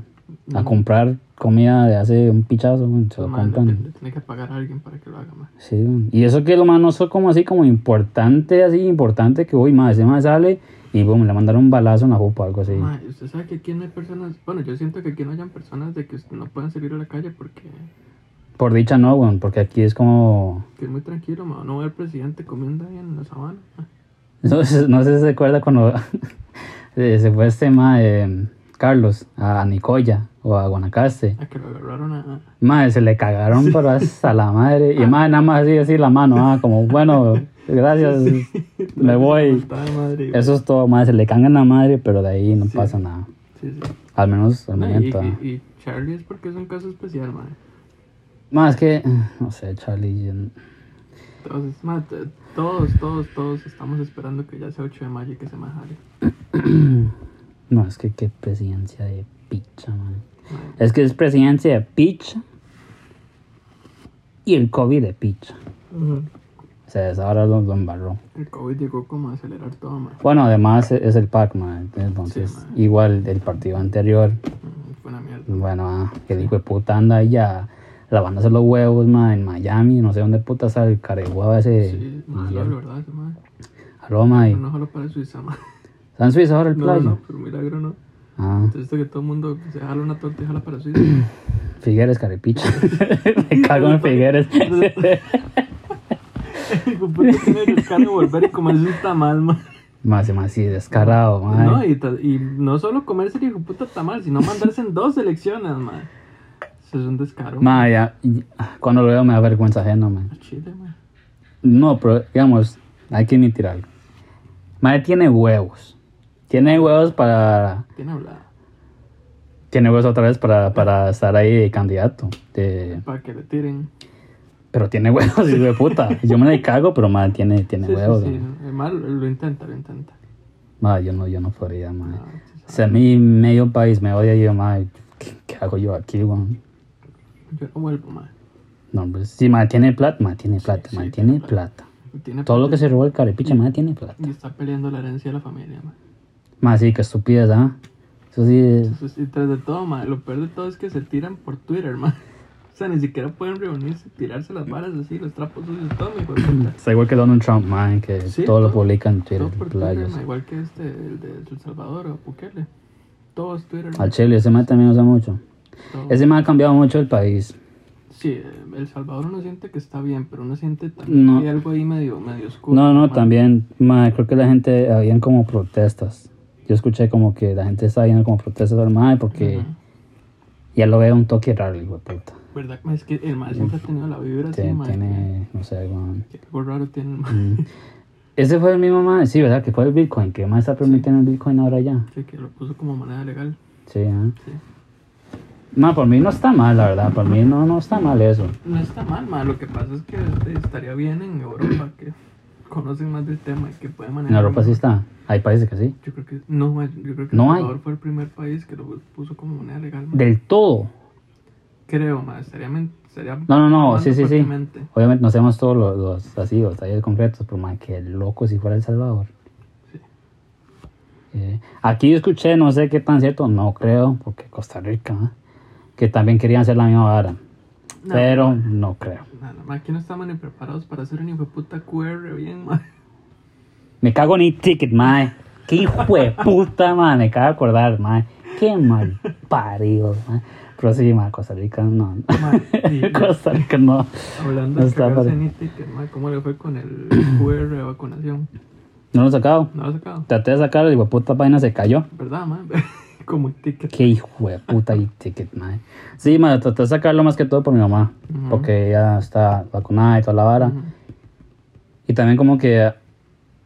a comprar comida de hace un pichazo, man, se lo Man, le, compran. le tiene que pagar a alguien para que lo haga más. Sí, man. y eso que lo más no son como así, como importante, así importante, que uy, más, ese más sale y boom, le mandaron un balazo en la jupa o algo así. usted sabe que aquí no hay personas. Bueno, yo siento que aquí no hayan personas de que no puedan salir a la calle porque Por dicha no, weón, porque aquí es como. que es muy tranquilo. man. No ve al presidente comiendo ahí en la sabana. man. No, sé- no sé si se acuerda cuando eh, se fue este tema de Carlos a Nicoya o a Guanacaste. A que lo agarraron a. Madre, se le cagaron por hasta la madre. Ah. Y madre, nada más así, así la mano, ah, como, bueno, gracias, me voy. Puta madre, güey. Eso es todo, madre, se le cagan la madre, pero de ahí no Sí. pasa nada. Sí, sí. Al menos al No, y- momento. ah. y, y Charlie es porque es un caso especial, madre. Más que, no sé, Charlie. yo n- Entonces, ma, t- todos, todos, todos estamos esperando que ya sea 8 de mayo y que se me jale. No, es que qué presidencia de picha, man. Madre, Es que es presidencia de picha. Y el COVID de picha. O sea, es ahora lo, lo embarró. El COVID llegó como a acelerar todo, madre. Bueno, además e- es el PAC, man. Entonces, Sí, igual del partido anterior. Mm, Fue una mierda. Bueno, ah, que el hijo de puta anda ahí ya lavándose los huevos, man, en Miami. No sé dónde puta sale el carehueva ese. Sí, malo, la verdad, ese madre. Aroma Pero y. no solo para Suiza, madre. ¿Está en Suiza ahora el No, playo? no, por milagro no. Ah, Entonces, esto que todo el mundo se jala una torta y jala para Suiza. Figueres, carepicha. Me cago en Figueres. Hijo de puta, tiene que buscar y volver y comerse un tamal, madre. Más y más así, descarado, man. No, y, ta- y no solo comerse el hijo de puta tamal, sino mandarse en dos selecciones, madre. Eso es un descaro. Ma, ya- y- ah, cuando lo veo me da vergüenza ajena, man. Chile, madre. No, pero digamos, hay que admitir algo. Madre tiene huevos. Tiene huevos para. Tiene hablado. Tiene huevos otra vez para, para estar ahí de candidato. de- Para que le tiren. pero tiene huevos, hijo de puta. Yo me la cago, pero madre tiene, tiene Sí, sí, huevos. sí, ma. el mal lo intenta, lo intenta. Ma, yo no, yo no podría, madre. No, sí, Si a mí medio país me odia, yo, madre, ¿qué, qué hago yo aquí, weón? Yo no vuelvo, madre. No, hombre, si madre tiene plata, madre tiene plata, madre tiene plata. Tiene Todo lo que se robó el carepiche, madre tiene plata. Y está peleando la herencia de la familia, madre. Más sí, que estupidez, ¿ah? Eso sí. es- Entonces, y tras de todo, madre, lo peor de todo es que se tiran por Twitter, madre. O sea, ni siquiera pueden reunirse, tirarse las varas así, los trapos sucios, todo, mi hijo de puta. Está igual que Donald Trump, man, que Sí, todo lo todo- publica en Twitter, Todo por Twitter, playas. ma, igual que este, el de El Salvador o Bukele. Todos Twitter. ma, Al Chile, ese man también usa mucho. todo. Ese man ha cambiado mucho el país. Sí, eh, El Salvador uno siente que está bien, pero uno siente también No. que hay algo ahí medio, medio oscuro. No, no, ma. también, man, creo que la gente, habían como protestas. Yo escuché como que la gente estaba yendo como protestas al man porque Ujú. ya lo veo un toque raro, hijo de puta. ¿Verdad? Ma, Es que el mal siempre ha tenido la vibra así, Tiene, ma, tiene, no sé, weón. Que algo raro tiene el ma. Ese fue el mismo man, sí, ¿verdad? Que fue el Bitcoin, que más está permitiendo el Bitcoin ahora ya. Sí, que lo puso como moneda legal. Sí, ¿ah? Sí. Ma, por mí no está mal, la verdad. Por mí no, no está mal eso. No está mal, ma. Lo que pasa es que este, estaría bien en Europa, que conocen más del tema y que pueden En manejar. Europa sí está. Hay países que sí. Yo creo que no, ma, yo creo que No El hay. Salvador fue el primer país que lo puso como moneda legal. ma. Del todo. Creo, ma, estaría, men- estaría No, no, no. hablando Sí, sí, sí. fuertemente. Obviamente no hacemos todos los, los- así, los talleres concretos, pero más que loco si fuera El Salvador. Sí. Eh, aquí yo escuché, no sé qué tan cierto, no creo, porque Costa Rica, ¿eh? que también querían hacer la misma vara. No. pero no creo. Nada, ma, aquí no estamos ni preparados para hacer un hijo de puta QR bien, ma. Me cago en e-ticket, mae. Qué hijo de puta, mae. Me acabo de acordar, mae. Qué mal parido, mae. Pero sí, mae, Costa Rica no. Ma, y- Costa Rica no. Hablando de Está cagarse padre. en e-ticket, ma, ¿cómo le fue con el QR de vacunación? No lo he sacado. ¿No lo ha sacado? Traté de sacarlo y puta vaina se cayó. ¿Verdad, ma? como e-ticket. Qué hijo de puta e-ticket, mae. Sí, mae, traté de sacarlo más que todo por mi mamá. Ujú. Porque ella está vacunada y toda la vara. Ujú. Y también como que...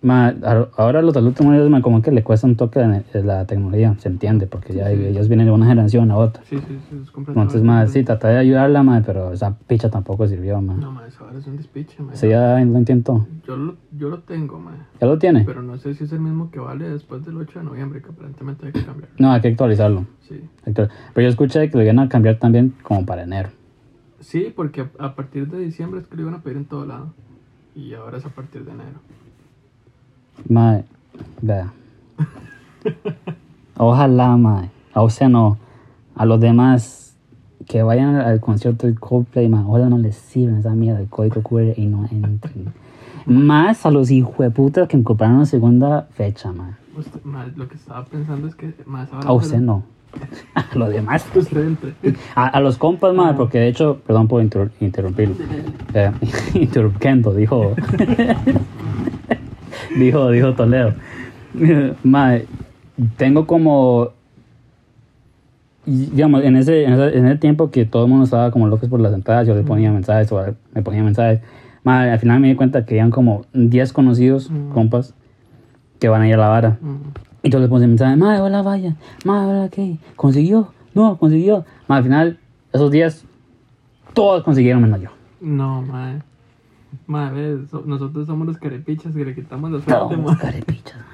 mae, a- ahora los adultos mayores, mae, como que le cuesta un toque la, la tecnología. Se entiende, porque ya ellos vienen de una generación a otra. Sí, sí, sí, es completamente. Entonces, madre, sí, traté de ayudarla, madre, pero esa picha tampoco sirvió, madre. No, ma, eso ahora es un despiche, ma. Sí, ya lo intentó. Yo lo, yo lo tengo, ma. ¿Ya lo tiene? Pero no sé si es el mismo que vale después del 8 de noviembre, que aparentemente hay que cambiarlo. No, hay que actualizarlo. Sí. Actual- Pero yo escuché que lo iban a cambiar también como para enero. Sí, porque a, a partir de diciembre es que lo iban a pedir en todo lado. Y ahora es a partir de enero. Madre, vea. Ojalá, madre. O sea, no. A los demás que vayan al concierto del Coldplay, madre, ojalá no les sirvan esa mierda del código QR y no entren. Más a los hijueputas que compraron segunda fecha, madre. Usted- ma, lo que estaba pensando es que más ahora. A usted no. A los demás Usted entre. A, a los compas, madre, porque de hecho, perdón por interru- interrumpirlo. Eh, interrumpiendo, dijo. dijo, dijo Toledo. Madre, tengo como y, digamos, en ese, en ese, en ese tiempo que todo el mundo estaba como locos por las entradas, yo le ponía mensajes, o me ponía mensajes. Madre, al final me di cuenta que eran como 10 conocidos, Mm. compas, que van a ir a la vara. Mm. Y todos le ponen mensajes, madre, hola, vaya, madre, hola, ¿qué? ¿Consiguió? No, consiguió. Madre, al final, esos 10, todos consiguieron menos yo. No, madre. Madre, so- nosotros somos los carepichas que le quitamos la No, suerte, madre. carepichas, madre.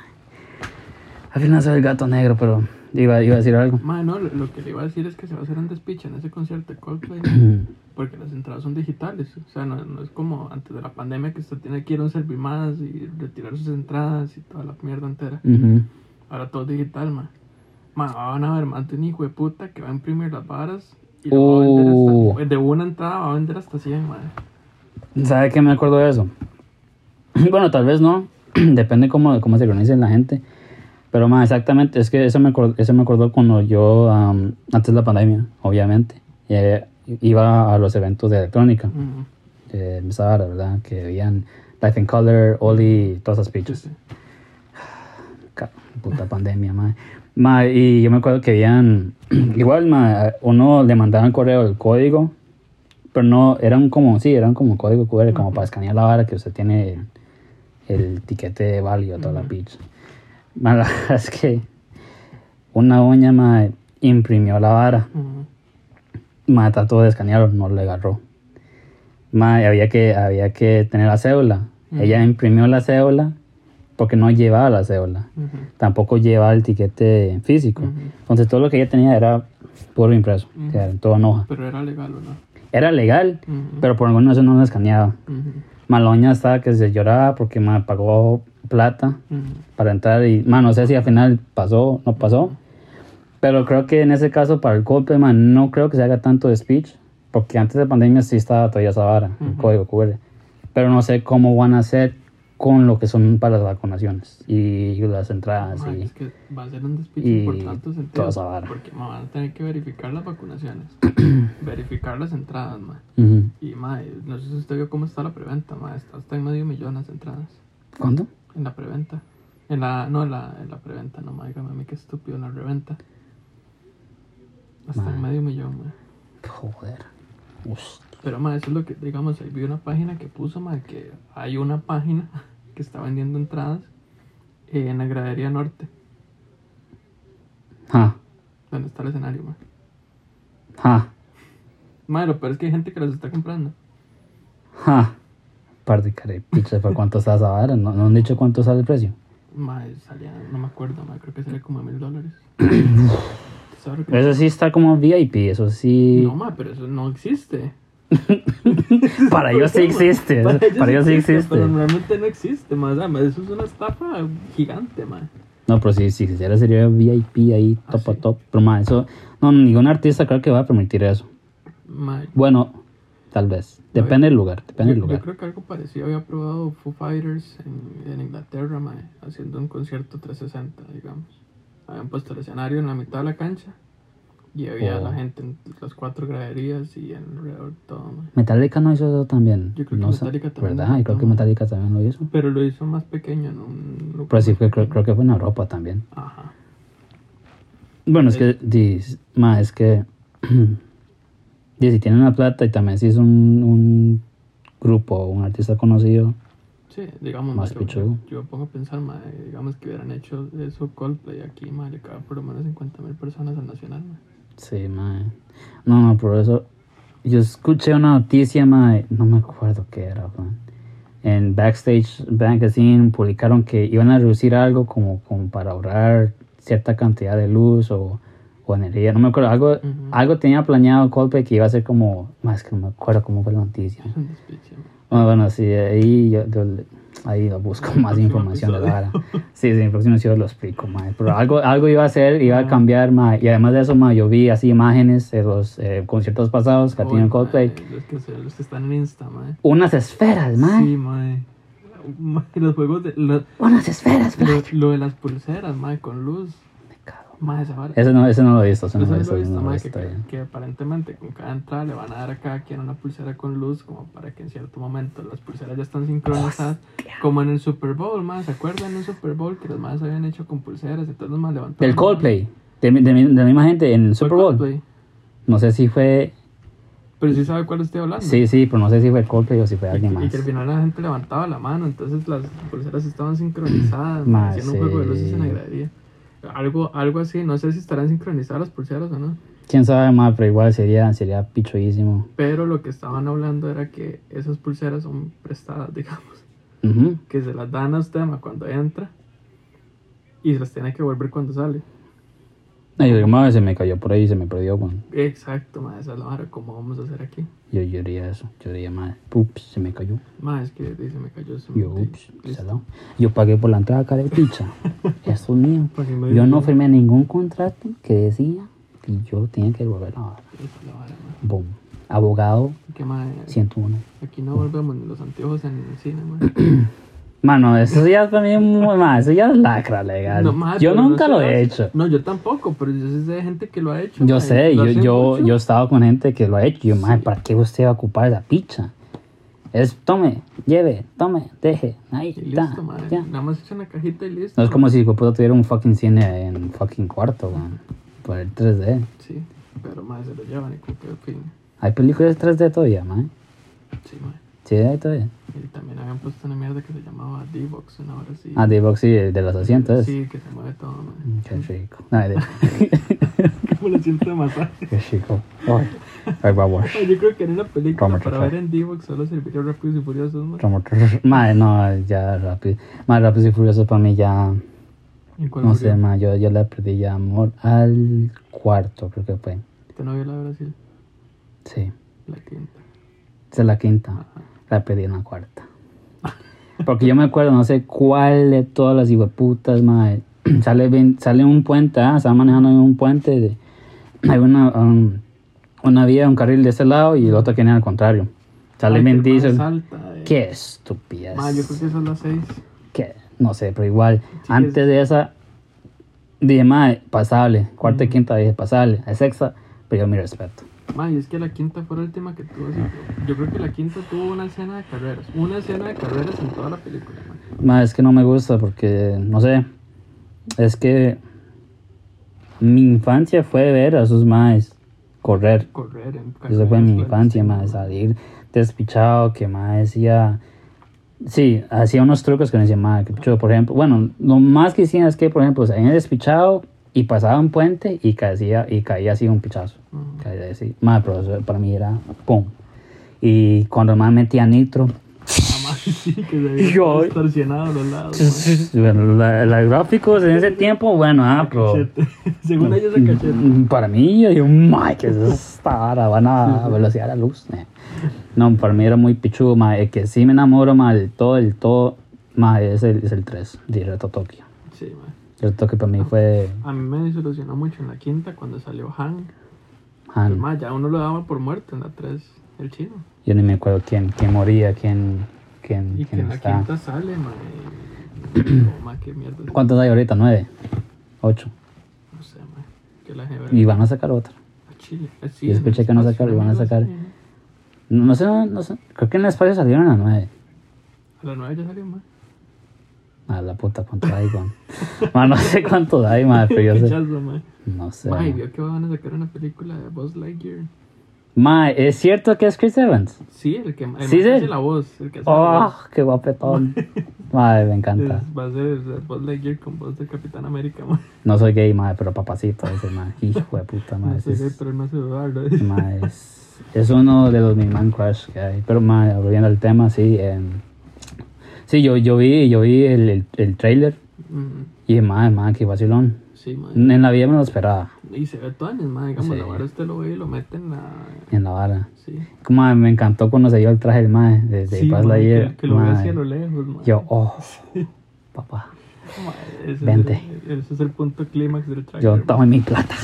Al final soy el gato negro, pero iba, iba a decir algo. Madre, no, lo, lo que le iba a decir es que se va a hacer un despiche en ese concierto de Coldplay. Porque las entradas son digitales. O sea, no, no es como antes de la pandemia que usted tiene que ir a un servimás y retirar sus entradas y toda la mierda entera. Ujú. Ahora todo es digital, ma. Ma, van a ver más de un hijo de puta que va a imprimir las varas. Y lo va a vender Oh. hasta, pues, de una entrada va a vender hasta 100, madre. ¿Sabe qué me acuerdo de eso? bueno, tal vez no. Depende cómo, cómo se organice la gente. Pero más exactamente, es que eso me, acor- eso me acordó cuando yo, am, antes de la pandemia, obviamente, eh, iba a los eventos de electrónica. Mm, Eh, esa vara, ¿verdad? Que veían Life in Color, Oli, y todas esas sí, pichas. sí. Ca- Puta pandemia, madre. Ma, y yo me acuerdo que habían. Igual, ma, uno le mandaban correo el código, pero no, eran como, sí, eran como código QR, como para escanear la vara que usted tiene el, el tiquete de valio, toda la Ujú. pitch. Ma, la verdad es que una uña, ma, imprimió la vara, Mm, ma, trató de escanearlo, no le agarró. Ma, y había que, había que tener la cédula. Ujú. Ella imprimió la cédula porque no llevaba la cédula ujú, tampoco lleva el tiquete en físico. ujú. Entonces todo lo que ella tenía era puro impreso, Ujú. o sea, todo en hoja. Pero era legal o no. Era legal, Ujú, pero por alguna razón no la escaneaba. ujú, Maloña estaba que se lloraba porque me pagó plata ujú. para entrar y, mano, no sé si al final pasó no pasó. Pero creo que en ese caso para el golpe, man, no creo que se haga tanto de speech, porque antes de pandemia sí estaba todavía esa vara, el Ujú. código QR. Pero no sé cómo van a hacer con lo que son para las vacunaciones y las entradas Ma, y Es que va a ser un despiche Ah, Y por tantos toda sentidos. esa vara. Porque ma, van a tener que verificar las vacunaciones, verificar las entradas, ma. Ujú. Y ma, no sé si usted vio cómo está la preventa, ma. Está hasta en medio millón las entradas. ¿Cuándo? En la preventa. En la, no, en la, en la preventa, no, ma, dígame a mí qué estúpido, en la reventa. Hasta Ma. en medio millón, ma. Joder. Pero, ma, eso es lo que, digamos, ahí vi una página que puso, ma, que hay una página que está vendiendo entradas eh, en la gradería norte, Ja, donde está el escenario, ma. ja, Ma, lo peor es que hay gente que las está comprando. ja. Par de carepichas, ¿por cuánto está esa vara? ¿No, no han dicho cuánto sale el precio? Ma, salía, no me acuerdo, ma, creo que salía como a mil dólares. Sorry. Eso sí está como VIP, eso sí... No, ma, pero eso no existe. para ellos sí existe, para, ellos sí existe. Pero normalmente no existe, más además, eso es una estafa gigante, man. No, pero si, si quisiera sería VIP ahí, Ah, top a sí. top. Pero más, eso... No, ningún artista creo que va a permitir eso. Bueno, tal vez. Depende del lugar, depende Yo, del yo lugar. creo que algo parecido había probado Foo Fighters en, en Inglaterra, ma, haciendo un concierto 360, digamos. Habían puesto el escenario en la mitad de la cancha y había Oh. la gente en las cuatro graderías y alrededor de todo, ma. Metallica no hizo eso también. Yo creo que no sé, Metallica también ¿Verdad? lo Y creo que hizo. Metallica también lo hizo. Pero lo hizo más pequeño, ¿no? Un grupo Pero sí, más fue- creo, pequeño. creo que fue en Europa también. Ajá. Bueno, es que, dis, ma, es que, di, si tienen la plata y también si es un, un grupo, un artista conocido, Sí, digamos, Más yo- pichudo. yo, yo pongo a pensar, ma, eh, digamos que hubieran hecho eso Coldplay aquí, ma, le cabe por lo menos 50 mil personas al Nacional, ma. sí, ma, no, no, por eso, yo escuché una noticia, ma, no me acuerdo qué era, ma. en Backstage Magazine publicaron que iban a reducir algo como, como para ahorrar cierta cantidad de luz o, o energía, no me acuerdo, algo, Ujú. algo tenía planeado Coldplay que iba a ser como, más que no me acuerdo cómo fue la noticia, Es un despiche, ma. Bueno, Ah, bueno, sí, ahí yo, yo le- ahí yo busco el más próximo información de la vara. episodio. Sí, sí, en el próximo episodio lo explico, mae. Pero algo, algo iba a hacer, iba a Ah. cambiar, mae. Y además de eso, mae, yo vi así imágenes de los eh, conciertos pasados que Uy, tenían Coldplay. ma, Los que, se- los que están en Insta, ma. Unas esferas, mae. Sí, ma. eh. Ma, Los juegos de. Lo, Unas esferas, mae. lo, lo de las pulseras, ma, con luz. Me cago. Ma, esa vara. Ese no, ese no lo he visto, ese no Eso lo he no lo visto, he ese no visto, lo he ma, que, visto. que, eh. que aparentemente con cada entrada le van a dar a cada quien una pulsera con luz, como para que en cierto momento las pulseras ya están sincronizadas, como en el Super Bowl, más ¿se acuerdan? En el Super Bowl que los más habían hecho con pulseras y todos los más levantaron. Del la Coldplay. mano. De, mi- de mi- de la misma gente en el Super Ah. Fue Bowl. Coldplay. No sé si fue. Pero sí sabe cuál estoy hablando. Sí, sí, pero no sé si fue Coldplay o si fue alguien Y más. que al final la gente levantaba la mano, entonces las pulseras estaban sincronizadas, Ma, haciendo un juego de sí. luces en la gradería. Algo, algo así, no sé si estarán sincronizadas las pulseras o no, Quién sabe más, pero igual sería, sería pichuísimo. pero lo que estaban hablando era que esas pulseras son prestadas, digamos, Ujú. que se las dan a usted ma, cuando entra y se las tiene que volver cuando sale. Ay, yo digo, madre, se me cayó por ahí y se me perdió. Con... Exacto, ma, esa es la vara, ¿cómo vamos a hacer aquí? Yo lloría eso, lloría madre. Ups, se me cayó. Ma, es que dice, me cayó se me- Yo, ups, listo. salado. Yo pagué por la entrada, cara de picha. Eso es mío. Porque me Yo dijo, no firmé ningún contrato que decía que yo tenía que devolver la vara. "Esa es la vara, ma". Boom. Abogado Que, ma, 101. aquí no volvemos ni los anteojos en el cine, ma. Mano, eso ya también muy mal. Eso ya es lacra legal. No, madre, yo pero no nunca se lo hace. he hecho. No, yo tampoco, pero yo sí sé de gente que lo ha hecho. Yo mae, sé, lo yo, hace yo, mucho. yo he estado con gente que lo ha hecho. Yo, madre, ¿para qué usted va a ocupar esa picha? Es tome, lleve, tome, deje, ahí Y está. listo, madre. ya. Nada más echa una cajita y listo. No es como si el puta tuviera un fucking cine en fucking cuarto, weón. Por el 3D. Sí, pero madre se lo llevan y como que fin. Hay películas 3D todavía, man. Sí, madre. Sí, hay todavía. Y también habían puesto una mierda que se llamaba D-Box, una hora así. Ah, de box y de los asientos. es. Sí, que se mueve todo, madre. Mm, Qué rico. No, de- Como lo siento de masaje. qué chico. Ay, ay, vamos. Ay, Yo creo que en una película Toma, para chafa. ver en D-Box solo serviría Rápidos y Furiosos, madre. Como- Madre, no, ya rápido. Madre, rápido y furioso para mí ya. ¿En cuál No murió? sé, madre, yo, yo le perdí ya amor al cuarto, creo que fue. ¿Usted no vio la de Brasil? Sí, La quinta. esa es la quinta. Ajá. La perdí en la cuarta. Porque yo me acuerdo, no sé cuál de todas las hijueputas, madre. Sale, bien- sale un puente, ah, estaba manejando en un puente. de- hay una, um, una vía, un carril de este lado y el otro que viene al contrario. Sale Ay, que Vin el mae Diesel. salta, eh. Qué estupidez. Madre, yo creo que son las seis. que no sé, pero igual, Sí, antes es- de esa, dije, madre, pasable, cuarta y quinta, dije, pasable, a sexta, pero yo mi respeto. Ma, y es que la quinta fue la última que tuvo. Ah. así que- Yo creo que la quinta tuvo una escena de carreras. Una escena de carreras en toda la película, ma. Madre, es que no me gusta porque, no sé, es que mi infancia fue ver a sus madres correr. Correr en carreras. Eso fue mi pues, infancia, sí, madre, salir despichado, que madre decía... Sí, hacía unos trucos que no decía, madre, qué pichudo", por ejemplo. Bueno, lo más que hacía es que, por ejemplo, se habían despichado y pasaba un puente y caía, y caía así un pichazo. Ujú. Caía así. Madre, pero eso para mí era pum. Y cuando más metía nitro, Ah, ma, sí, que se veía Yo- todo distorsionado a los lados. bueno, la, la gráficos en ese tiempo, bueno, ah, ma. pero. Cachete. Según ellos, el cachete. Mm, Para mí, yo digo, "Mae, que es esta vara? Van a velocidad de la luz. eh". No, para mí era muy pichudo, mae. El que sí me enamoro, mae, del todo, del todo, mae, es el, es el 3, de Reto Tokio. Sí, ma. Reto Tokio para mí fue. A mí me desilusionó mucho en la quinta cuando salió Han. ah, no, Ma, ya uno lo daba por muerto en la 3, el chino. yo ni me acuerdo quién, quién moría, quién, quién, Y que quién en la está. quinta sale, ma. y- Oh, ma, qué mierda. ¿Cuántos hay ahorita? ¿Nueve? ¿Ocho? No sé, ma. Que la jebra. Y van a sacar otra. A Chile. Ah, sí, Yo en escuché el que no espacio, sacaron, van a una mierda sacar. así, ¿no? No, no sé, no sé. Creo que en el espacio salieron a nueve. A las 9 ya salió, ma. A la puta, ¿cuánto hay, weón? Ma, no sé cuánto hay, madre, pero yo sé. Pinchazo, mae. No sé. Mae, mae. vio que van a sacar una película de Buzz Lightyear. Mae, ¿es cierto que es Chris Evans? Sí, el que el Sí, mae que sí. hace la voz. El que hace ¡Oh, qué guapetón! Mae, me la voz. encanta. Es- va a ser eh, Buzz Lightyear con voz de Capitán América, mae. No soy gay, mae, pero papacito ese, mae. Hijo de puta, mae. No ese sé qué, Es, pero no sé dudarlo. mae, es, es uno de los mi man crush que hay. Pero, mae, volviendo al tema, sí. em, sí, yo, yo vi, yo vi el, el, el trailer Mm, y dije, mae, mae, qué vacilón. Sí, mae. En la vida me lo esperaba, Y se ve todo años, mae. Digamos, Sí. la vara usted lo ve y lo mete en la. en la vara. Sí. Mae, me encantó cuando se dio el traje del mae, desde Sí, Buzz mae, que- Lightyear, que, lo ve mae. hacia lo lejos, mae. Yo, oh, papá. Mae, ese, Vente. Es el, ese es el punto clímax del trailer. Yo tomo mi plata.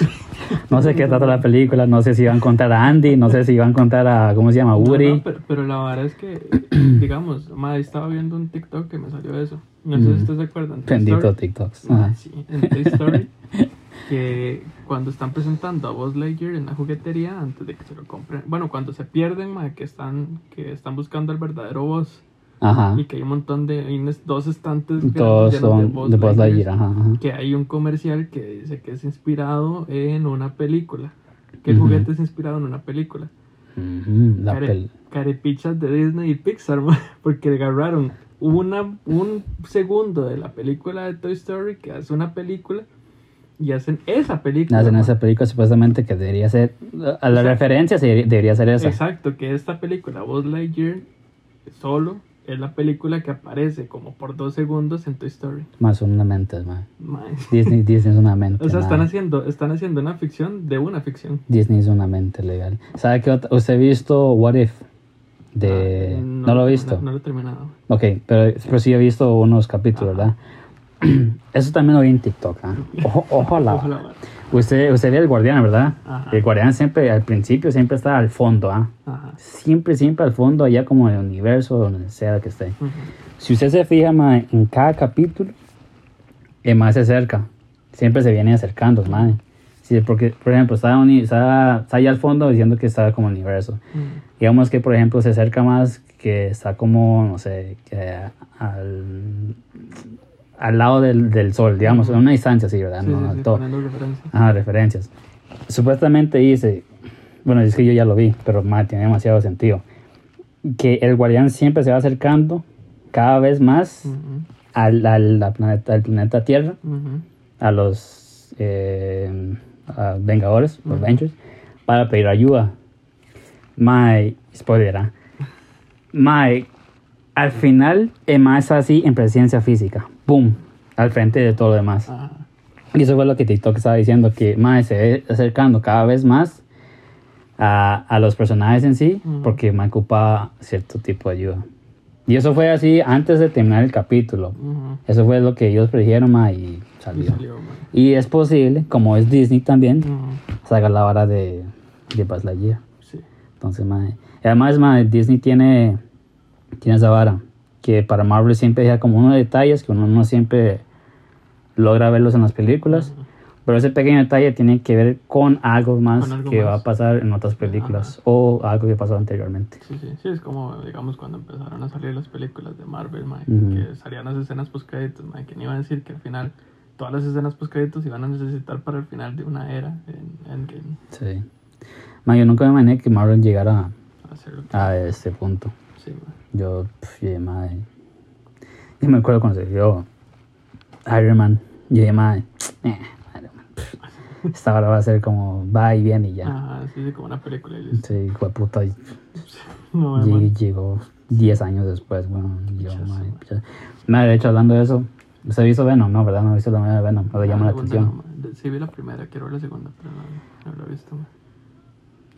No sé qué trata la película, no sé si van a contar a Andy, no sé si van a contar a, ¿cómo se llama? No, Woody. no, pero, pero la verdad es que, digamos, madre, estaba viendo un TikTok que me salió eso. No sé si ustedes se acuerdan. Toy Bendito Story. TikToks. Ah, Mm. Ajá. Sí, en Toy Story. que cuando están presentando a Buzz Lightyear en la juguetería, antes de que se lo compren. Bueno, cuando se pierden, madre, que están, que están buscando al verdadero Buzz. Ajá. Y pues, que hay un montón de. hay unos- dos estantes grandes Todos llenos Ah. son de Buzz Lightyear, ajá, ajá. Que hay un comercial que dice que es inspirado en una película. Que el Ujú. juguete es inspirado en una película. Ujú, La Care- pel- carepichas de Disney y Pixar, ma, porque le agarraron una, un segundo de la película de Toy Story que hace una película y hacen esa película. Nacen en ma. esa película supuestamente que debería ser. A la Exacto. referencia se- debería ser esa. Exacto, que esta película, Buzz Lightyear, solo es la película que aparece como por dos segundos en Toy Story. Más una mente, man. Ma, Disney, Disney es una mente. O sea, ma. están haciendo, están haciendo una ficción de una ficción. Disney es una mente legal. ¿Sabe qué otra? ¿Usted ha visto What If? De... Ah, eh, no, lo he visto. No, lo he terminado. Ok, pero, pero sí he visto unos capítulos, ¿verdad? Eso también lo vi en TikTok. ¿ah? Ojo, ojalá. Ojalá, ma. Usted, usted ve el guardián, ¿verdad? Ajá. El guardián siempre, al principio, siempre está al fondo, ¿ah? Ajá. Siempre, siempre al fondo, allá como en el universo, donde sea que esté. Ujú. Si usted se fija mae, en cada capítulo, el mae se acerca. Siempre se viene acercando, mae. Sí, porque, por ejemplo, está, uni- está, está allá al fondo diciendo que está como el universo. Ujú. Digamos que, por ejemplo, se acerca más que está como, no sé, que al, al lado del, del sol, digamos, a una distancia así, ¿verdad? Sí, No, sí, al sí, todo. poniendo referencias. Ajá, referencias. Supuestamente dice, bueno, es que yo ya lo vi, pero ma, tiene demasiado sentido, que el guardián siempre se va acercando cada vez más Ujú, al, al- la planeta, al planeta Tierra, ujú. a los eh, a Vengadores, los Avengers, para pedir ayuda. Mae, spoiler, ah. Mae, al final, el mae está así en presencia física, boom, al frente de todo lo demás. Ajá. Y eso fue lo que TikTok estaba diciendo, que mae, se ve acercando cada vez más a, a los personajes en sí, Ujú. porque me ocupa cierto tipo de ayuda. Y eso fue así antes de terminar el capítulo. Ujú. Eso fue lo que ellos predijeron mae, y Y salió. salió, ma. Y es posible, como es Disney también, Ujú. sacar la vara de, de Buzz Lightyear. Sí. Entonces, mae, y además, mae, Disney tiene, tiene esa vara, que para Marvel siempre deja como unos detalles que uno no siempre logra verlos en las películas. Ujú. Pero ese pequeño detalle tiene que ver con algo más Con algo que va más. a pasar en otras películas o algo que pasó anteriormente. Sí, sí, sí, es como, digamos, cuando empezaron a salir las películas de Marvel, mae, Ujú. que salían las escenas postcréditos, mae, que iba a decir que al final todas las escenas postcréditos iban a necesitar para el final de una era en Endgame Sí. Ma, yo nunca me imaginé que Marvel llegara a hacerlo. a, a este punto. Sí, mae. Yo, pf, yo dije, madre. Yo me acuerdo cuando se vio Iron Man. Yo dije, madre, eh, Iron Man, pf, esta hora va a ser como va y viene y ya. Ajá, sí, sí, como una película y listo. Sí, hijo de puta. y- No, mae, mae. Lleg- Llegó 10 años después, bueno, yo, Pichazo, madre, man. pichazo. Madre, de hecho, hablando de eso, ¿se hizo Venom? No, ¿verdad? No he visto la nueva de Venom, no le llama la segunda atención. Ah, no, mae. De- Sí vi la primera, quiero ver la segunda, pero no, no la he visto, mae.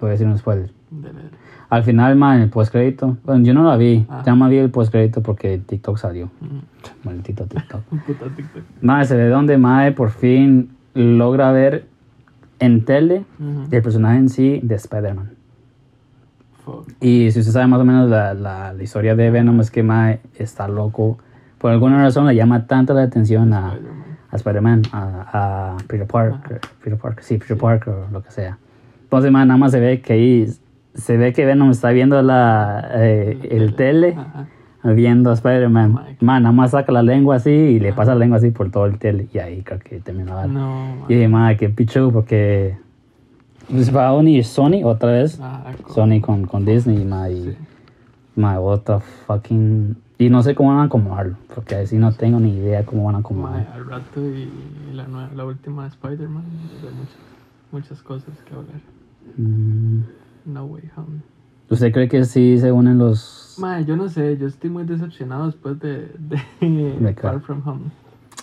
Voy a decir un spoiler. De leer. Al final, madre, el postcrédito, bueno, yo no la vi, Ah. ya me vi el postcrédito porque TikTok salió, Ujú. maldito TikTok. Puta TikTok. madre, se ve donde madre por fin logra ver en tele Ujú. el personaje en sí de Spider-Man. Fuck. Y si usted sabe más o menos la, la- la historia de Venom, es que madre está loco. Por alguna razón le llama tanta la atención a... Spider-Man. a Spider-Man, a, a Peter Parker, Peter Parker, sí, Peter Parker o lo que sea. Entonces, man, nada más se ve que ahí, se ve que Venom está viendo la, eh, el tele, Ajá. viendo a Spider-Man. Mike. Man, nada más saca la lengua así y le pasa la lengua así por todo el tele. Y ahí creo que terminaba. No, Y mae. dije, man, qué pichu, porque pues, va a unir Sony otra vez. Ajá, co- Sony con, con Disney, man, y Ah, sí. man, otra fucking... Y no sé cómo van a acomodarlo, porque así no tengo ni idea cómo van a acomodarlo. Mae, al rato y, y la, nue- la última de Spider-Man, hay muchas, muchas cosas que hablar. Mm. No way home. ¿Usted cree que sí se unen los... Mae, yo no sé, yo estoy muy decepcionado después de, de, Me ca- Far From Home.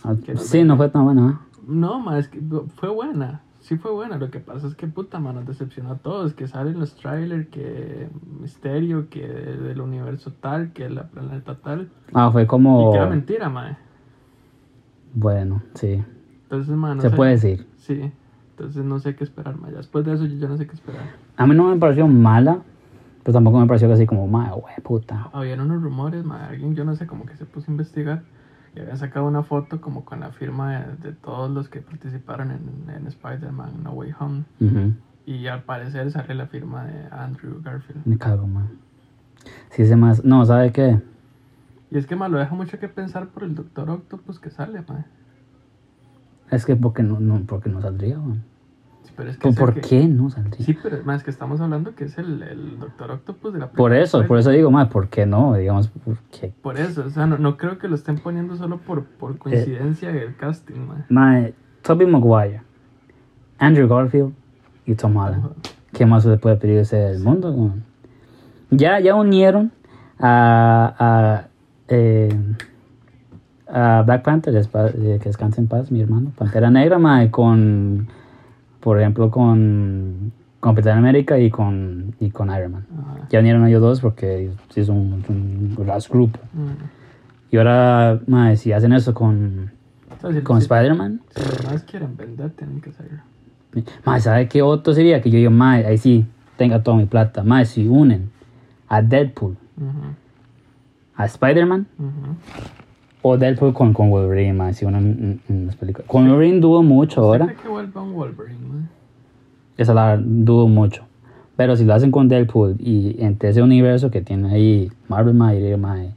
Ah, que no Sí, no fue tan bueno, ¿eh? No, mae, es que bu- fue buena. Sí fue buena, lo que pasa es que puta, mae, nos decepcionó a todos, que salen los trailers, que Misterio, que del universo tal, que la planeta tal, Ah, fue y como... que era mentira, mae. Bueno, sí. Entonces, mae, no se sé. puede decir. Sí, entonces no sé qué esperar, mae. Ya Después de eso yo ya no sé qué esperar. A mí no me pareció mala, pero tampoco me pareció así como, madre, wey, puta. Habían unos rumores, ma, alguien, yo no sé, como que se puso a investigar y habían sacado una foto como con la firma de, de todos los que participaron en, en Spider-Man No Way Home Ujú, y al parecer sale la firma de Andrew Garfield. Me cago, man. Sí, se más... No, ¿sabe qué? Y es que, ma, lo deja mucho que pensar por el Doctor Octopus que sale, ma. Es que porque no, no, porque no saldría, weón. Sí, pero es que ¿Por, es el por que- qué no saldría? Sí, pero más que estamos hablando que es el, el Doctor Octopus de la por primera eso, serie. por eso digo, madre, ¿por qué no? Digamos, ¿por qué? Por eso, o sea, no, no creo que lo estén poniendo solo por, Eh. por coincidencia del casting, ma. Madre, Tobey Maguire, Andrew Garfield y Tom Holland. ¿Qué más se le puede pedir a ese mundo? weón? Ya, ya unieron a, a, eh, a Black Panther, despa- eh, que descanse en paz, mi hermano. Pantera Negra, mae, con, por ejemplo, con con Capitán América y con, y con Iron Man. Ajá. Ya unieron a ellos dos porque sí es un, un gran grupo. Mm. Y ahora, mae, si hacen eso con, O sea, si- con si- Spider-Man, Si los demás quieren vender, tienen que salir. mae, ¿sabe qué otro sería? Que yo digo, mae, ahí sí, tenga toda mi plata. Mae, si unen a Deadpool, a Spider-Man, o Deadpool con, con Wolverine, mae, si unen en- en las películas. Con Wolverine dudo mucho ahora, Ahora. que vuelva un Wolverine, ma. esa la dudo mucho. Pero si lo hacen con Deadpool y entre ese universo que tiene ahí Marvel, mae, yo digo, mae,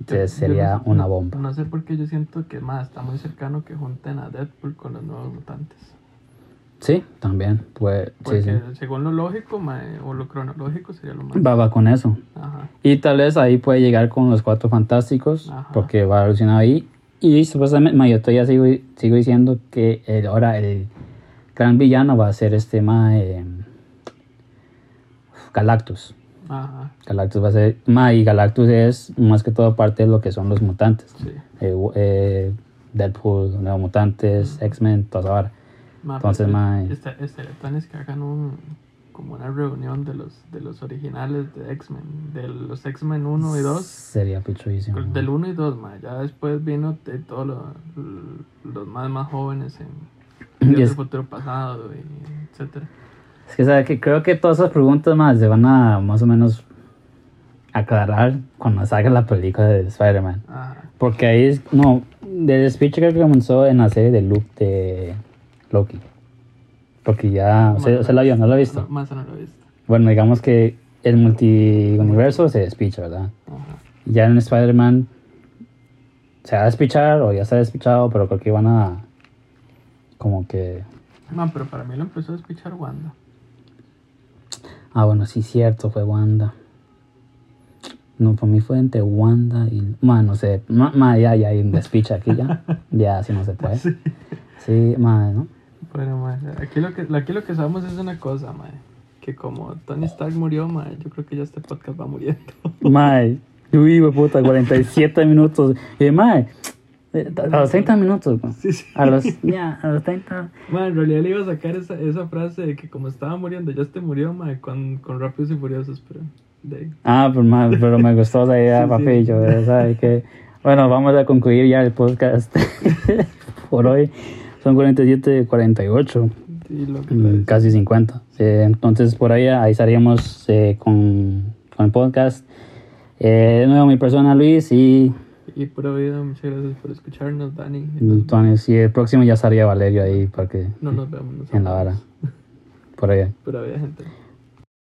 entonces Yo- yo sería no sé- una no- bomba. No sé por qué yo siento que, más está muy cercano que junten a Deadpool con los nuevos mutantes. Sí, también, pues, sí, Porque sí. según lo lógico, ma, o lo cronológico, sería lo más. Va, va con eso. Ajá. Y tal vez ahí puede llegar con los cuatro fantásticos, Ajá. porque va alucinado ahí. Y supuestamente, ma, yo todavía sigo, sigo diciendo que el- ahora el gran villano va a ser este más Galactus. Ajá. Galactus va a ser. Ma, y Galactus es más que todo parte de lo que son los mutantes: Sí. Eh, wo- eh, Deadpool, los nuevos mutantes, X-Men, toda esa vara. Ma, Entonces, pero ma, eh. este- Estaría plan es que hagan un, como una reunión de los, de los originales de X-Men, de los X-Men 1 y 2. Sería pichuísimo. Con- Del 1 y 2, ma. Ya después vino de todos los, los más, más jóvenes en Y el es- futuro pasado, y etcétera. Es que, ¿sabe que Creo que todas esas preguntas más se van a más o menos aclarar cuando salga la película de Spider-Man. Ajá. Porque ahí es, no, desde speech creo que comenzó en la serie de Luke de Loki. Porque ya, se, se la vio, no la ha visto. No, más no lo he visto. Bueno, digamos que el multiuniverso se despicha, ¿verdad? Ajá. Ya en Spider-Man se va a despichar o ya se ha despichado, pero creo que van a como que Ma, pero para mí lo empezó a escuchar Wanda. Ah, bueno, sí, cierto, fue Wanda. No, para mí fue entre Wanda y. Ma, no sé. Ma, ma, ya, ya hay un despiche aquí ya. Ya, si no se puede. Sí. Sí, ma, ¿no? Bueno, ma, aquí lo que, aquí lo que sabemos es una cosa, ma. Que como Tony Stark murió, ma, yo creo que ya este podcast va muriendo. Ma, uy, we puta, 47 minutos. Y, ma, eh, a los 30 minutos, ma. Sí, sí. A los. Ya, a los 30. Ma, en realidad le iba a sacar esa, esa frase de que como estaba muriendo, ya este murió, ma, con, con Rápidos y Furiosos, pero... De ahí. Ah, pero, ma, pero me gustó la idea, Sí, sí. papillo. eh, ¿Sabes qué? Bueno, vamos a concluir ya el podcast por hoy. Son 47, 48. Sí, lo que Mm, casi 50. Eh, entonces por ahí, ahí estaríamos eh, con, con el podcast. Eh, de nuevo mi persona Luis y Y pura vida, muchas gracias por escucharnos, Dani. Y nos- entonces y el próximo ya estaría Valerio ahí para que no nos vemos. nos en la amamos. vara. Por ahí. Pura vida, gente.